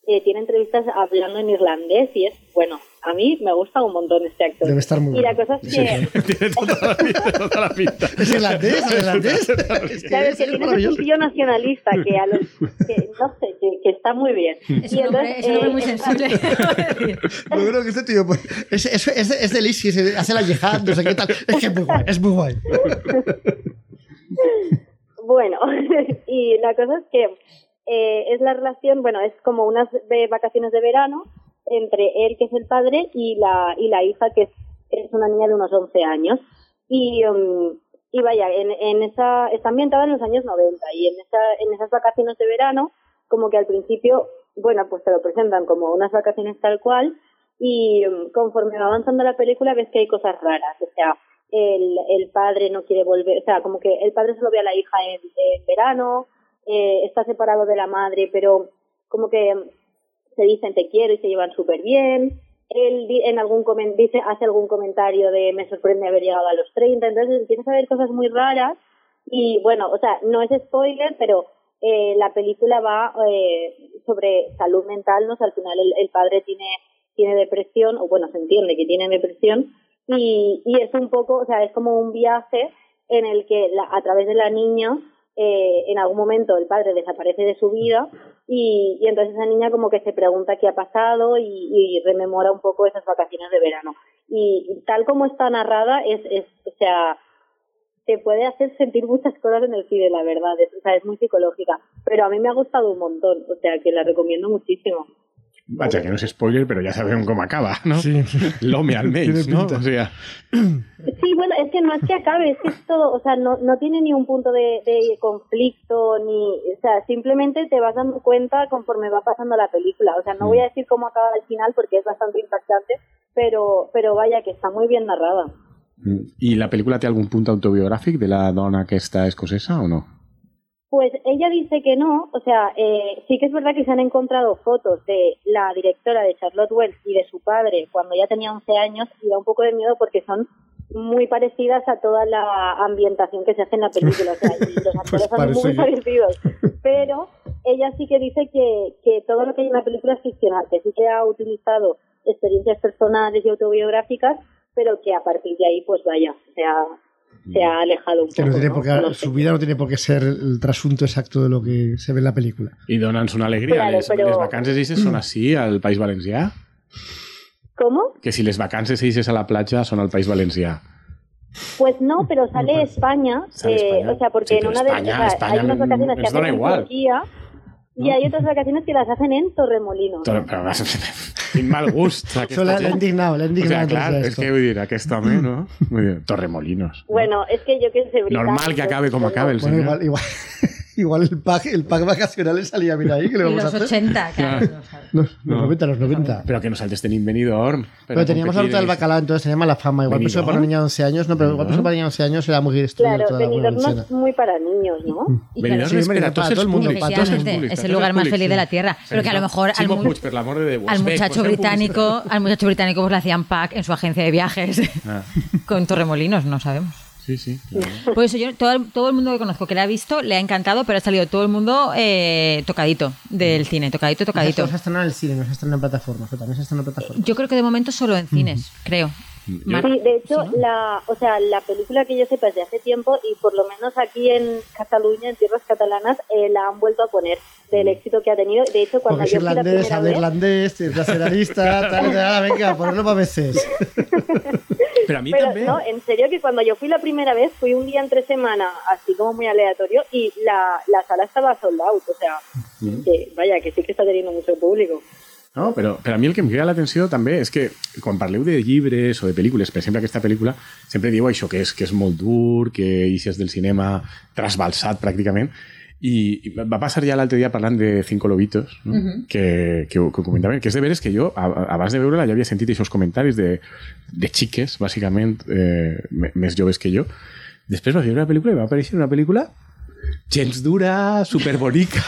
S5: eh, tiene entrevistas hablando en irlandés y es, bueno, a mí me gusta un montón este actor.
S3: Debe estar muy
S5: Y la
S3: bueno.
S5: cosa es que,
S7: Tiene tota la pinta, tota la pinta.
S3: ¿Es irlandés? ¿Es irlandés? Es
S5: claro, es que
S3: es
S5: tiene un
S3: maravilloso.
S5: tío nacionalista que, a los, que no sé, que, que está muy bien. eh,
S2: Es un hombre, es un hombre muy sensible.
S3: Yo creo que este tío pues, es, es, es, es del ISIS, eh, hace la yihad, no sé qué tal. Es que es muy guay, es muy guay.
S5: Bueno, y la cosa es que eh, es la relación, bueno, es como unas ve- vacaciones de verano entre él, que es el padre, y la, y la hija, que es, es una niña de unos 11 años. Y, um, y vaya, en, en esa, está ambientada en los años 90 y en, esa, en esas vacaciones de verano, como que al principio, bueno, pues te lo presentan como unas vacaciones tal cual, y um, conforme va avanzando la película ves que hay cosas raras, o sea, el, el padre no quiere volver, o sea, como que el padre solo ve a la hija en, en verano, eh, está separado de la madre, pero como que se dicen te quiero y se llevan súper bien, él di- en algún comen- dice, hace algún comentario de me sorprende haber llegado a los 30, entonces empiezas a ver cosas muy raras y bueno, o sea, no es spoiler, pero eh, la película va eh, sobre salud mental, ¿no? O sea, al final el, el padre tiene, tiene depresión, o bueno, se entiende que tiene depresión, y, y es un poco, o sea, es como un viaje en el que la- a través de la niña, eh, en algún momento el padre desaparece de su vida y, y entonces esa niña como que se pregunta qué ha pasado y, y rememora un poco esas vacaciones de verano. Y, y tal como está narrada, es, es o sea, te puede hacer sentir muchas cosas en el cine, la verdad. Es, o sea, es muy psicológica. Pero a mí me ha gustado un montón, o sea, que la recomiendo muchísimo.
S7: Vaja, que no és spoiler, però ja sabem com acaba, no? L'home almenys,
S3: Tiene
S7: no?
S3: pinta.
S7: O sigui,
S5: Sí, bueno, es que no es que acabe, es que es todo, o sea, no, no tiene ni un punto de, de conflicto, ni, o sea, simplemente te vas dando cuenta conforme va pasando la película. O sea, no voy a decir cómo acaba el final porque es bastante impactante, pero, pero vaya que está muy bien narrada.
S7: I Mm. la pel·lícula té algun punt autobiogràfic de la dona aquesta escocesa o no?
S5: Pues ella dice que no, o sea, eh, sí que es verdad que se han encontrado fotos de la directora de Charlotte Wells y de su padre cuando ya tenía 11 años y da un poco de miedo porque son muy parecidas a toda la ambientación que se hace en la película, o sea, y los
S3: Pues
S5: actores son
S3: parece
S5: muy
S3: que-
S5: parecidos, pero ella sí que dice que, que todo lo que hay en la película es ficcional, que sí que ha utilizado experiencias personales y autobiográficas, pero que a partir de ahí, pues vaya, o sea, se ha alejado un poco.
S3: Que no tiene
S5: ¿no?
S3: por qué-
S5: No sé.
S3: su vida no tiene por qué ser el trasunto exacto de lo que se ve en la película.
S4: I donen una alegria.
S5: Claro,
S4: les,
S5: però-
S4: les vacances eixes són així al País Valencià?
S5: ¿Cómo?
S4: Que si les vacances eixes a la platja són al País Valencià.
S5: Pues no, pero sale España,
S4: Sale
S5: eh,
S4: España.
S5: o sea, porque
S4: Sí,
S5: en
S4: pero
S5: una de
S4: España-
S5: o sea,
S4: España
S5: hay unas
S4: me-
S5: vacaciones
S4: me
S5: que
S4: suena
S5: hacen en
S4: igual.
S5: Turquía y hay otras vacaciones que las hacen en Torremolinos.
S4: Però, però vas- quin mal gust
S3: Això
S4: aquesta
S3: l'ha l'ha
S4: gent.
S3: indignat, l'ha
S4: O sea,
S3: indignat.
S4: clar,
S3: doncs,
S4: és
S3: esto.
S4: que vull dir, aquest home, no? Vull dir, Torremolinos.
S5: Bueno, es que yo qué sé.
S4: Normal
S5: británicos,
S4: que acabe com
S5: no.
S4: acabe el
S3: Bueno, igual,
S4: senyor.
S3: igual, igual el, pack, el pack vacacional le salía bien ahí, que le
S2: En
S3: vamos a
S2: los
S3: hacer.
S2: 80, claro.
S3: Los, los 90, los 90.
S4: Però que nosaltres tenim Benidorm. per
S3: Pero
S4: a
S3: teníamos la
S4: competir
S3: ruta del
S4: en
S3: bacalao, entonces tenía mala fama. Igual pensó que para una niña de 11 años, no, pero igual pensó que para una niña de 11 años era muy estúpida
S5: Claro,
S3: toda la
S5: Benidorm no
S3: valenciana.
S5: es muy para niños, ¿no?
S2: Y claro,
S4: Benidorm
S3: Sí,
S4: espera
S3: Benidorm,
S4: tots
S3: para
S4: els
S3: todo el mundo,
S4: públics,
S3: para
S4: tots els
S2: Efectivamente,
S4: públics,
S2: es
S4: tots
S2: el
S4: els
S2: lugar más
S4: públics.
S2: feliz de la Tierra. Pero que a lo mejor al,
S4: Chimo
S2: mu-
S4: Puig, per l'amor de Déu.
S2: al
S4: Osbeck,
S2: muchacho
S4: pues, feu
S2: británico, al muchacho británico pues le hacían pack en su agencia de viajes
S4: Ah.
S2: con Torremolinos, no sabemos.
S4: publicidad. Sí, sí. claro.
S2: Por eso yo, todo, el- todo el mundo que conozco que la ha visto le ha encantado, pero ha salido todo el mundo eh, tocadito
S4: Mm.
S2: del cine, tocadito, tocadito.
S3: No se estrenan en el cine, no se estrenan en plataformas, pero también se estrenan en plataformas.
S2: Yo creo que de momento solo
S4: Mm.
S2: en cines, creo. Mar-
S5: Sí, de hecho,
S2: Sí, ¿no?
S5: la, o sea, la película que yo sepa es de hace tiempo y por lo menos aquí en Cataluña, en tierras catalanas, eh, la han vuelto a poner del éxito que ha tenido. De hecho, cuando
S3: Porque es
S5: yo fui la
S3: irlandés,
S5: primera
S3: habla
S5: vez,
S3: irlandés, es nacionalista, tal, tal, venga, ponerlo para veces.
S4: Pero a mí
S5: pero
S4: también.
S5: no, en serio que cuando yo fui la primera vez, fui un día entre semana, así como muy aleatorio, y la, la sala estaba sold out, o sea, que, vaya, que sí que está teniendo mucho público.
S4: No, però per a mi el que em crida l'atenció també és que quan parleu de llibres o de pel·lícules, per exemple aquesta pel·lícula, sempre diu això, que és, que és molt dur, que eixes del cinema trasbalsat pràcticament, i i va passar ja l'altre dia parlant de Cinco Lobitos, no? uh -huh. que, que, ho- que ho comentàvem, que és de veres que jo, a- a- abans de veure-la, ja havia sentit aquests comentaris de, de xiques, bàsicament, eh, me- més joves que jo. Després vaig veure la pel·lícula i va aparèixer una pel·lícula gens dura, superbonica,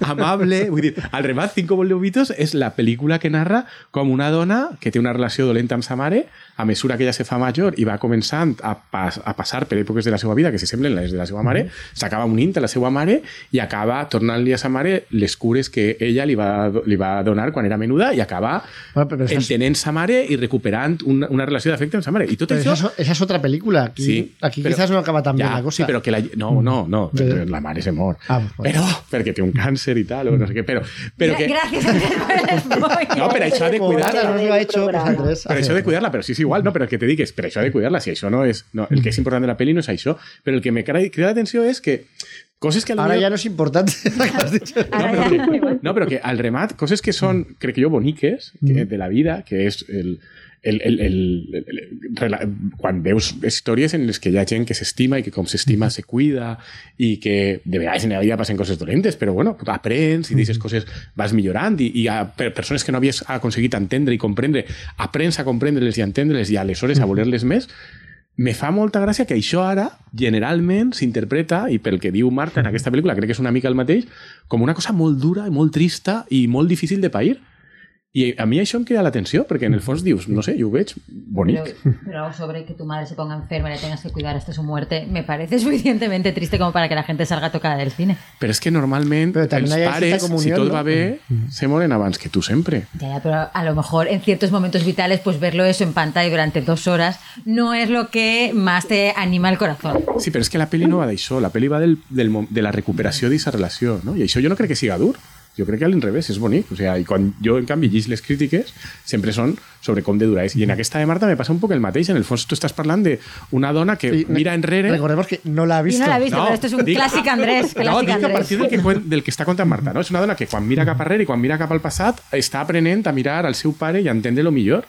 S4: amable... Vull dir, al remat, Cinco Lobitos és la pel·lícula que narra com una dona que té una relació dolenta amb sa mare, a mesura que ella se fa major i va començant a, pas, a passar per èpoques de la seva vida que se semblen les de la seva mare, s'acaba unint a la seva mare i acaba tornant-li a sa mare les cures que ella li va, do- li va donar quan era menuda i acaba
S3: Bueno, pero eso es-
S4: entenent sa mare i recuperant una, una relació d'afecte amb sa mare. I tot
S3: Pero
S4: això...
S3: esa, es- esa es otra película. Aquí,
S4: Sí,
S3: aquí
S4: pero-
S3: quizás no acaba tan bien
S4: Ja,
S3: la cosa. Mm.
S4: Sí, però que la... No, no, no.
S3: De-
S4: La mare se mor.
S3: Ah, bueno.
S4: Però, perquè té un càncer i tal, o no sé què. Però, però que...
S2: Gracias Andrés, por el spoiler.
S4: No, pero això de
S3: Como
S4: cuidar-
S3: Ana nos lo ha hecho, pues,
S5: Programa.
S3: Andrés,
S4: Però
S3: hace-
S4: això de cuidar-la, però sí és igual, no? Però el que te dic és, però això de cuidar-la, si això no és... No, el que és important de la peli no és això. Però el que me cra- crida l'atenció és que coses que...
S3: Ahora
S4: potser-
S3: ya no es importante. lo que has dicho.
S2: Ahora
S4: no,
S2: ya
S4: pero,
S2: da igual.
S4: que, no, pero que al remat, cosas que son, creo que yo, boniques que, de la vida, que es el, el, el, el- el- rela- quan veus històries en les que hi ha gent que s'estima i que com s'estima se cuida i que de vegades en la vida passen coses dolentes, però bueno, aprens i dices coses, vas millorant i, i a per persones que no havies aconseguit entendre i comprendre, aprens a comprendre-les i a entendre-les i aleshores a voler-les més, me fa molta gràcia que això ara generalment s'interpreta, i pel que diu Marta
S3: Mm.
S4: en aquesta pel·lícula, crec que és una mica el mateix, com una cosa molt dura, i molt trista i molt difícil de pair. I a mi això em crida l'atenció, perquè en el fons dius, no sé, jo ho veig bonic.
S2: Pero, pero algo sobre que tu madre se ponga enferma y la tengas que cuidar hasta su muerte me parece suficientemente triste como para que la gente salga tocada del cine.
S4: Però és que normalment
S3: Però també
S4: els
S3: hi ha aquesta
S4: pares, si
S3: comunió,
S4: tot
S3: no? Mm.
S4: va bé, se moren abans que tu sempre.
S2: Ya, ya, pero a lo mejor en ciertos momentos vitales, pues verlo eso en pantalla durante dos horas no es lo que más te anima el corazón.
S4: Sí, però és que la pel·li no va d'això, la pel·li va del, del, mom- de la recuperació d'aquesta relació, no? I això jo no crec que siga dur, jo crec que a l'inrevés és bonic, o sigui, i quan jo en canvi llig les crítiques sempre són sobre com de dura és, i en aquesta de Marta me passa un poc el mateix, en el fons tu estàs parlant d'una dona que
S3: Y
S4: mira
S3: re-
S4: enrere...
S3: Eh, Recordemos que no la ha
S2: Y
S3: visto.
S2: no la he visto, pero esto es un
S4: dic-
S2: clásico Andrés.
S4: No,
S2: clásico
S4: dic a
S2: Andrés.
S4: partir del que, cuen- del que està contant Marta, no? És una dona que quan mira cap arrere i quan mira cap al passat està aprenent a mirar al seu pare i a entendre-lo millor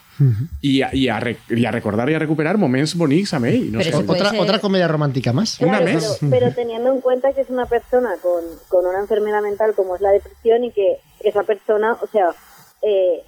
S4: i a, i, a, re- i a recordar i a recuperar moments bonics amb ell. No
S2: Però
S4: sé.
S2: se puede
S3: otra,
S2: ser-
S3: otra comedia romántica más.
S4: Una
S5: Claro,
S4: mes.
S5: Pero, pero teniendo en cuenta que es una persona con, con una enfermedad mental como es la depresión y que esa persona, o sea, eh,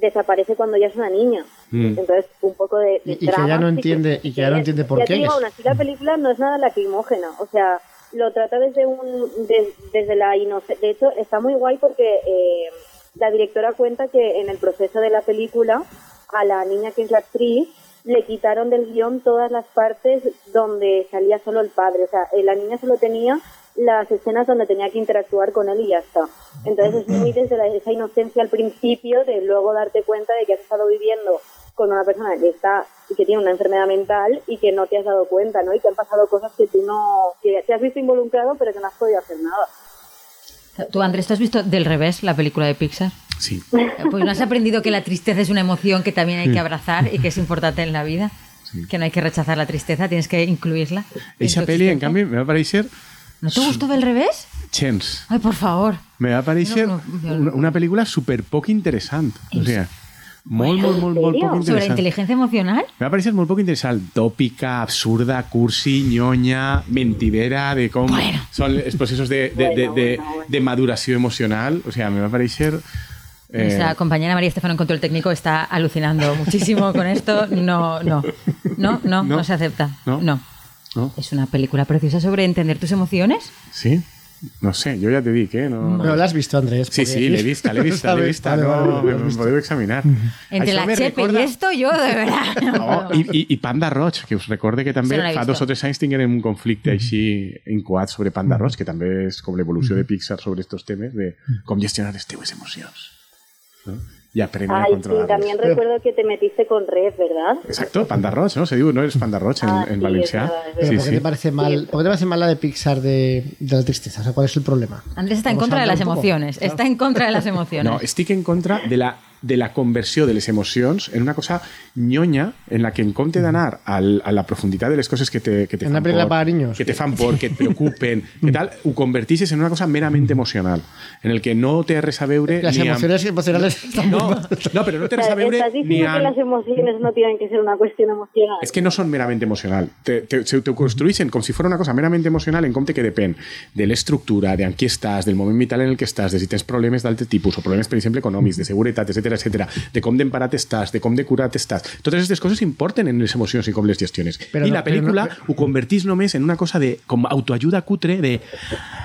S5: desaparece cuando ya es una niña.
S4: Mm.
S5: Entonces, un poco de...
S3: Y-
S5: de
S3: y que ya
S5: drama
S3: no
S5: sí
S3: entiende- y que ya no entiende por
S5: ya te
S3: qué
S5: digo,
S3: es.
S5: aún así la película no es nada lacrimógena. O sea, lo trata desde un de- desde la inocencia. De hecho, está muy guay porque eh, la directora cuenta que en el proceso de la película a la niña que es la actriz le quitaron del guión todas las partes donde salía solo el padre. O sea, eh, la niña solo tenía las escenas donde tenía que interactuar con él y ya está. Entonces es muy desde la- esa inocencia al principio de luego darte cuenta de que has estado viviendo con una persona que está y que tiene una enfermedad mental y que no te has dado cuenta, ¿no? Y que han pasado cosas que tú no, que te has visto involucrado pero que no has podido hacer nada.
S2: Tú, Andrés, ¿tú has visto del revés la película de Pixar?
S4: Sí.
S2: Pues no has aprendido que la tristeza es una emoción que también hay que abrazar y que es importante en la vida. Que no hay que rechazar la tristeza, tienes que incluirla. en
S4: Esa
S2: tu
S4: peli, en
S2: existencia.
S4: cambio, me va a parecer
S2: ¿No te gustó del revés?
S4: Chance.
S2: Ay, por favor.
S4: Me va a parecer
S2: No, no, no.
S4: una, una película súper poco interesante. O sea, molt, molt, molt, molt
S5: serio?
S4: poc
S2: ¿Sobre
S4: interessant.
S2: inteligencia emocional?
S4: Me va a parecer muy poco interesante. Tópica, absurda, cursi, ñoña, mentivera de cómo son los procesos de, de, de-
S5: Bueno,
S4: de-
S5: bueno, bueno.
S4: de maduración emocional. O sea, me va a parecer. eh,
S2: Nuestra compañera María Estefano en control técnico está alucinando muchísimo con esto. No, no. No, no, no,
S4: No.
S2: se acepta.
S4: No.
S2: no.
S4: ¿no?
S2: Es una película preciosa sobre entender tus emociones.
S4: Sí, no sé, yo ya te di que no.
S3: Pero la has visto, Andrés.
S4: Sí,
S3: porque-
S4: sí, le he visto, le he visto, le he
S3: ¿Sabes? Ah,
S4: visto.
S3: Vale,
S4: no,
S3: vale, vale,
S4: me,
S3: lo has
S4: me
S3: visto.
S4: puedo examinar.
S2: Entre
S4: Això
S2: la
S4: me
S2: Chepe
S4: recorda-
S2: y esto, yo de verdad.
S4: No, i, i, i Panda Roig, que us recorde que també
S2: Se no l'he
S4: fa
S2: vist.
S4: dos o tres anys tinguem un conflicte així incoat sobre Panda Roig, que també és com l'evolució de Pixar sobre estos temes de com gestionar les teves emocions. No? I aprendre a
S5: Ay, sí, también
S4: controlar-les.
S5: recuerdo que te metiste con Red, ¿verdad?
S4: Exacto, Panda Roig, no? Se diu, no? És Panda Roig en,
S5: Ah,
S4: en
S5: sí,
S4: valencià.
S5: és verdad,
S3: Pero
S5: és
S4: Sí,
S3: ¿por, qué
S4: sí.
S3: te parece mal, ¿Por qué te parece mal la de Pixar de, de la tristeza? O sea, ¿cuál es el problema?
S2: Andrés está en
S3: Vamos a
S2: contra de
S3: hablar
S2: las
S3: un poco.
S2: emociones.
S3: Claro.
S2: Está en contra de las emociones.
S4: No, estic en contra de la, de la conversió de les emocions en una cosa nyonya en la que en compte d'anar al, a la profunditat de les coses que te, que te
S3: En una
S4: fan
S3: película
S4: por,
S3: para niños.
S4: que te fan por, que et preocupen, que tal, ho convertixes en una cosa merament emocional, en el que no té res a veure
S3: Las
S4: ni amb...
S3: emociones emocionales están
S4: No,
S3: muy mal.
S4: no, però no té
S5: O
S4: res
S5: sea,
S4: a veure
S5: estás
S4: ni
S5: diciendo que
S4: amb...
S5: las emociones no tienen que ser una cuestión emocional.
S4: És que no són merament emocional. Te, te, se te ho construeixen com si fos una cosa merament emocional en compte que depèn de l'estructura, de en qui estàs, del moment vital en el que estàs, de si tens problemes d'altre tipus o problemes, per exemple, econòmics, de seguretat, etc etc, de com d'emparat estàs, de com de curat estàs. Totes aquestes coses importen en les emocions i com les gestiones.
S3: Però
S4: I
S3: no-
S4: la
S3: però no-
S4: pel·lícula ho convertís només en una cosa de com autoajuda cutre de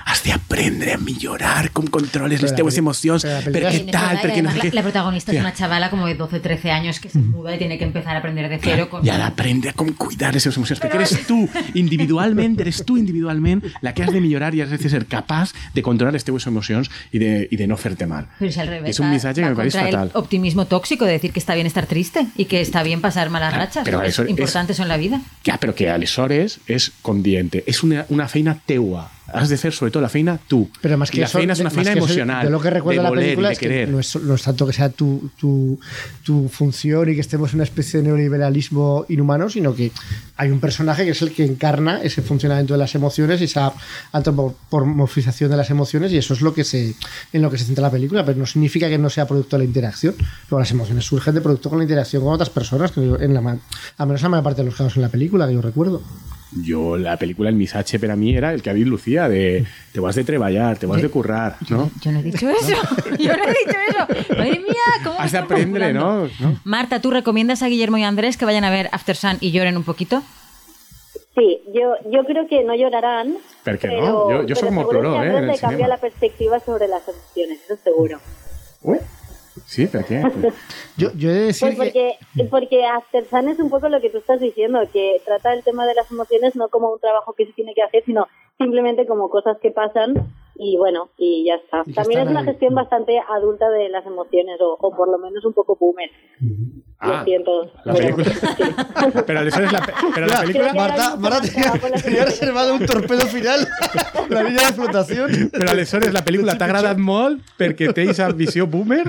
S4: has de aprendre a millorar com controles les
S3: Però la
S4: teues
S3: peli-
S4: emocions,
S3: però la
S4: per
S3: película-
S4: què
S2: Y
S4: tal,
S2: además,
S4: per què no sé
S2: la,
S4: què.
S2: la protagonista es
S4: Hostia.
S2: una chavala como de 12, 13 años que se muda y tiene que empezar a aprender de cero. Con...
S4: Y ahora aprende a cómo cuidar esas emociones. Porque eres tú, individualmente, eres tú individualmente la que has de mejorar y has de ser capaz de controlar estas teves emociones y de, y de no hacerte mal.
S2: Pero si al revés.
S4: Es un
S2: va-
S4: mensaje
S2: va
S4: que me parece
S2: contra
S4: fatal.
S2: El optimismo tóxico de decir que está bien estar triste y que está bien pasar malas rachas.
S4: pero
S2: es
S4: eso es-
S2: importante eso en la vida.
S4: Ja, però que aleshores és condiente. És una, una feina teua. Has de fer, sobretot, la feina tu.
S3: Pero más que
S4: I la
S3: eso,
S4: feina és una
S3: más
S4: feina
S3: que eso,
S4: emocional.
S3: Yo lo que recuerdo de la
S4: voler i
S3: película
S4: de
S3: es que
S4: querer.
S3: no es, no es tanto que sea tu, tu, tu función y que estemos en una especie de neoliberalismo inhumano, sino que hay un personaje que es el que encarna ese funcionamiento de las emociones y esa antropomorfización de las emociones y eso es lo que se en lo que se centra la película, pero no significa que no sea producto de la interacción. Luego las emociones surgen de producto con la interacción con otras personas, que yo- en la ma- al menos en la mayor parte de los casos en la película que yo recuerdo.
S4: Jo, la pel·lícula, el missatge per a mi era el que ha dit Lucía, de te vas de treballar, te vas de currar, no?
S2: Yo no he dicho eso. Yo no he dicho eso. Madre mía, ¿cómo me
S4: Has de
S2: estoy
S4: aprendre,
S2: manipulando?
S4: no? no?
S2: Marta, ¿tú recomiendas a Guillermo y Andrés que vayan a ver After Sun y lloren un poquito?
S5: Sí, yo, yo creo que no llorarán.
S4: Per què
S5: pero,
S4: no? Jo- jo soc
S5: pero
S4: molt
S5: seguro
S4: ploró,
S5: que
S4: eh,
S5: a Andrés
S4: en el
S5: le cambia
S4: cinema.
S5: la perspectiva sobre las emociones, eso seguro.
S4: Ui, sí, per què?
S3: Yo, yo he de decir
S5: Pues
S3: que-
S5: porque, porque After Sun es un poco lo que tú estás diciendo, que trata el tema de las emociones no como un trabajo que se tiene que hacer, sino simplemente como cosas que pasan y bueno, y ya está.
S3: Y ya
S5: También
S3: están
S5: es una
S3: ahí.
S5: gestión bastante adulta de las emociones, o, o por lo menos un poco boomer.
S4: Ah,
S5: lo siento.
S4: La
S5: pero-
S4: película. Pero aleshores la, pe- pero la película.
S5: Creo que
S3: Marta,
S5: ahora
S3: Marta
S5: mismo se va con las
S3: tenía
S5: emociones.
S3: reservado un torpedo final. La línea de flotación.
S4: Pero aleshores la película t'ha agradat molt perquè té aquesta visió boomer?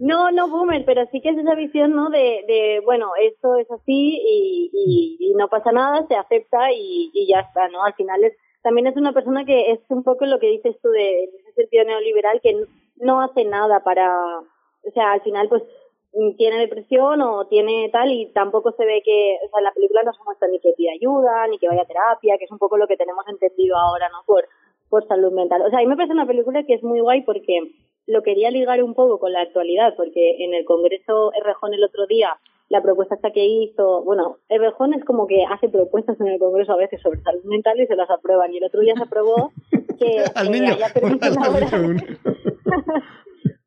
S5: No, no boomer, pero sí que es esa visión, ¿no? De, de bueno, esto es así y, y- y no pasa nada, se acepta y, y ya está, ¿no? Al final es, también es una persona que es un poco lo que dices tú de en ese sentido neoliberal que n- no hace nada para, o sea, al final pues mm, tiene depresión o tiene tal y tampoco se ve que, o sea, en la película no se muestra ni que pida ayuda, ni que vaya a terapia, que es un poco lo que tenemos entendido ahora, ¿no? Por, por salud mental. O sea, a mí me parece una película que es muy guay porque lo quería ligar un poco con la actualidad, porque en el Congreso Errejón el otro día, la propuesta esta que hizo, bueno, Errejón es como que hace propuestas en el Congreso a veces sobre salud mental y se las aprueban, y el otro día se aprobó que
S3: Al
S5: eh,
S3: niño.
S5: haya permisos
S3: Al niño
S5: laborales-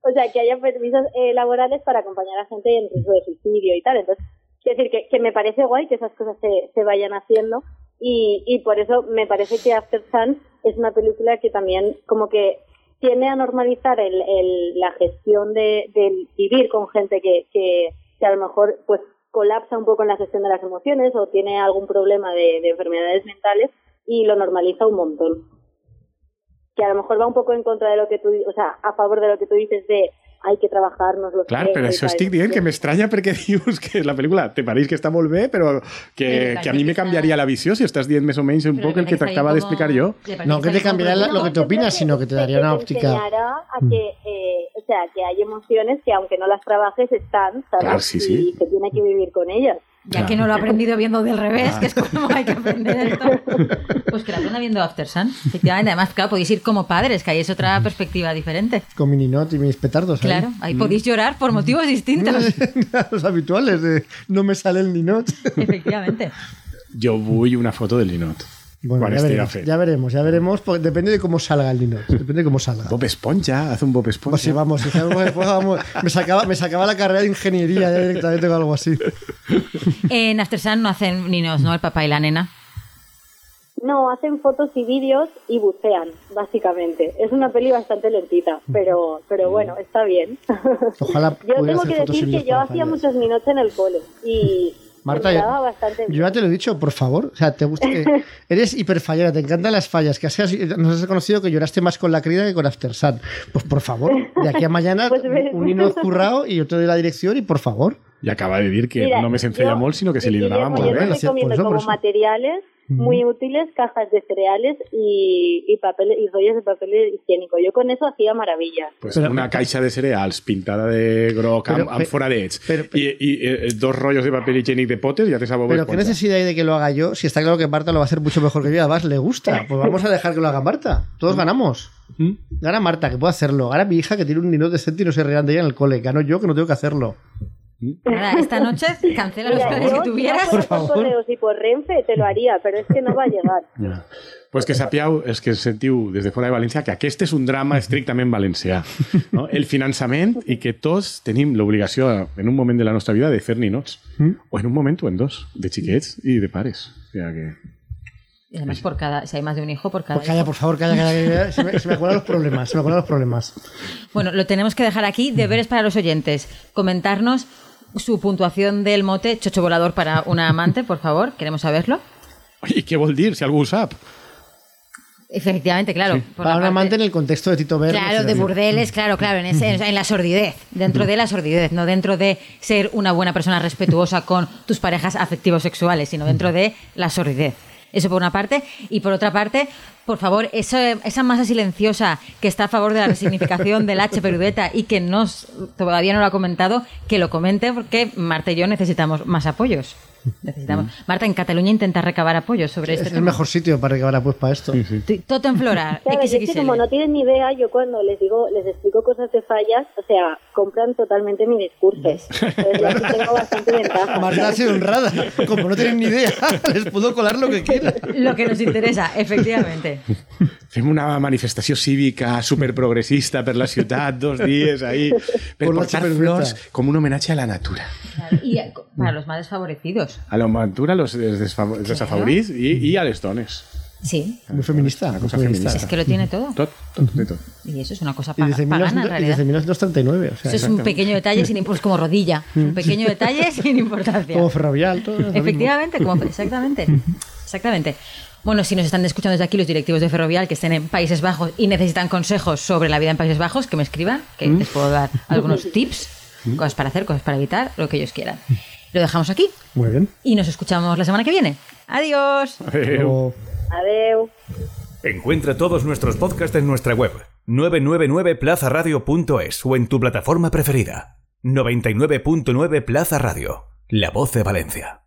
S5: o sea, que haya permisos eh, laborales para acompañar a gente en riesgo de suicidio y tal. Entonces, quiero decir que, que me parece guay que esas cosas se, se vayan haciendo y, y por eso me parece que After Sun es una película que también como que tiene a normalizar el, el- la gestión de, del vivir con gente que, que que a lo mejor pues colapsa un poco en la gestión de las emociones o tiene algún problema de, de enfermedades mentales y lo normaliza un montón. Que a lo mejor va un poco en contra de lo que tú, o sea, a favor de lo que tú dices de hay que trabajarnos los
S4: Clar, però això estic dient que m'estranya perquè dius que la pel·lícula te pareix que està molt bé, però que,
S2: Però
S4: que a mi
S2: que
S4: me
S2: està-
S4: canviaria la visió si estàs dient més o menys un
S2: Pero
S4: poc el
S2: parece
S4: que
S2: está ahí
S4: t'acaba
S2: como-
S4: d'explicar jo.
S2: le parece
S3: No,
S2: que
S3: que
S2: está ahí
S3: te
S2: como
S3: cambiará la- lo que te
S2: perdido.
S3: opinas, sino que te daría una óptica. Mm.
S5: enseñará a que, eh, o sea, que hay emociones que aunque no las trabajes están, ¿sabes?
S4: Claro, sí, sí.
S5: Y se tiene que vivir con ellas.
S8: Ya que no
S3: Ah.
S8: lo he aprendido viendo del revés, que es como hay que aprender esto.
S2: Pues que la aprenda viendo After Sun. Efectivamente, además, claro, podéis ir como padres, que ahí es otra perspectiva diferente.
S3: Con mi ninot y mis petardos. ahí.
S2: Claro, ahí podéis llorar por motivos distintos.
S3: Los habituales de no me sale el ninot.
S2: Efectivamente.
S4: Jo vull una foto del Linot. Bueno, quan
S3: ya
S4: estigui
S3: veremos,
S4: fet.
S3: ya veremos, ya veremos, porque depende de cómo salga el ninot. Depende de cómo salga.
S4: Bob Esponja, haz un Bob Esponja.
S3: Pues sí, vamos, si sabemos después, vamos. Me sacaba, me sacaba la carrera de ingeniería ya directamente con algo así.
S2: En After Sun no hacen niños, ¿no? El papá y la nena.
S5: No, hacen fotos y vídeos y bucean, básicamente. Es una peli bastante lentita, pero, pero bueno, está bien.
S3: Ojalá
S5: Yo
S3: pudiera
S5: tengo
S3: hacer
S5: que
S3: fotos y
S5: decir que
S3: vídeos
S5: yo
S3: para
S5: hacía
S3: fallas.
S5: muchos minutos en el cole y
S3: Marta,
S5: me
S3: ya-
S5: daba bastante
S3: Yo ya te lo he dicho, por favor. O sea, te gusta que eres hiperfallera, te encantan las fallas, que seas, nos has reconocido que lloraste más con la crida que con After Sun. Pues por favor, de aquí a mañana
S5: Pues ves.
S3: un hino currao y yo te doy la dirección y por favor.
S4: I acaba de dir que
S5: Mira,
S4: no només en feia
S5: yo-
S4: molt, sinó que se ¿eh? li
S5: sí,
S4: donava
S5: Guillermo,
S4: molt
S5: yo
S4: bé.
S5: te
S3: Gracias por
S5: recomiendo
S3: eso, por
S5: como
S3: eso.
S5: materiales muy útiles cajas de cereales y, y papel y rollos de papel higiénico. Yo con eso hacía maravillas.
S4: Pues
S3: Pero-
S4: una caixa de cereals pintada de groc amb,
S3: Pero-
S4: amb foradets
S3: pero-
S4: i, i eh, dos rotllos de papel higiènic de potes ja tens a Bob
S3: Pero ¿qué
S4: Esponja.
S3: necesidad hay de que lo haga yo si está claro que Marta lo va a hacer mucho mejor que yo y además le gusta? Pues vamos a dejar que lo haga Marta. Todos ganamos.
S4: Mm.
S3: Gana Marta, que puede hacerlo. Gana mi hija, que tiene un nino decente y no se reirán de ella en el cole. Gano yo, que no tengo que hacerlo.
S2: Nada, esta noche cancela los
S5: Mira,
S2: planes
S5: yo,
S2: que
S5: si
S2: tuvieras.
S5: no fuera por
S3: favor.
S5: correos y por Renfe te lo haría, pero es que no va a llegar.
S4: Ja. Pues que sapiau, els que sentiu des de fora de València, que aquest és un drama estrictament valencià. No? El finançament i que tots tenim l'obligació, en un moment de la nostra vida, de fer ninots.
S3: Mm.
S4: O en un moment o en dos, de xiquets i de pares. O sigui que...
S2: Y además, por cada, si hay más de un hijo, por cada.
S3: Pues calla, por favor, calla, calla. calla. Se, me, se me acuerdan los problemas, se me acuerdan los problemas.
S2: Bueno, lo tenemos que dejar aquí. Deberes para los oyentes. Comentarnos su puntuación del mote chocho volador para una amante, por favor. Queremos saberlo.
S4: I què vol dir, si algú ho sap?
S2: Efectivamente, claro. por
S3: Para
S2: la
S3: un
S2: parte-
S3: amante en el contexto de Tito Berni.
S8: Claro, de burdeles, claro, claro, en, ese- en la sordidez.
S2: Dentro de la sordidez, no dentro de ser una buena persona respetuosa con tus parejas afectivos sexuales, sino dentro de la sordidez. Eso por una parte. Y por otra parte, por favor, eso, esa masa silenciosa que está a favor de la resignificación del H. Perudeta y que no, s- todavía no lo ha comentado, que lo comente porque Marta y yo necesitamos más apoyos. Necesitamos. Marta, en Cataluña intenta recabar apoyos sobre este
S3: Es el
S2: tema.
S3: mejor sitio para que ahora pues para esto.
S2: Todo en flora.
S5: Claro, y es que como no tienen ni idea, yo cuando les digo, les explico cosas de fallas, o sea, compran totalmente mi discurso. Entonces, yo aquí tengo bastante ventaja.
S3: Marta ha sido honrada. Como no tienen ni idea, les puedo colar lo que quieran.
S2: Lo que nos interesa, efectivamente.
S4: Fem una manifestació cívica superprogressista per la ciutat, dos dies ahí, per
S3: Con la
S4: portar
S3: superventa.
S4: flors com un homenatge a la natura.
S2: Claro, Y eh, co-
S3: Mm.
S2: para los más desfavorecidos.
S4: A la natura, los desfav- desafavorits i, i a les dones.
S2: Sí,
S3: Muy feminista,
S4: Una
S3: muy
S4: cosa
S3: feminista.
S2: es
S4: feminista.
S2: que lo tiene todo.
S4: Tot, tot, de tot.
S2: Y eso es una cosa
S3: Y
S2: pa-
S3: desde,
S2: pagana, en
S3: 1900 y
S2: realidad.
S3: desde 1939, o sea,
S2: Eso es un pequeño detalle sin importancia, como rodilla. Un pequeño detalle sin importancia.
S3: como ferrovial, todo. lo mismo.
S2: Efectivamente, como, exactamente. Exactamente. Bueno, si nos están escuchando desde aquí los directivos de Ferrovial que estén en Países Bajos y necesitan consejos sobre la vida en Países Bajos, que me escriban, que
S3: Mm.
S2: les puedo dar algunos tips, cosas para hacer, cosas para evitar, lo que ellos quieran.
S3: Mm.
S2: Lo dejamos aquí
S3: Muy bien.
S2: y nos escuchamos la semana que viene. Adiós.
S3: Como-
S5: Adeu.
S1: Encuentra todos nuestros podcasts en nuestra web 999plazaradio.es o en tu plataforma preferida. 99.9 Plaza Radio, la voz de Valencia.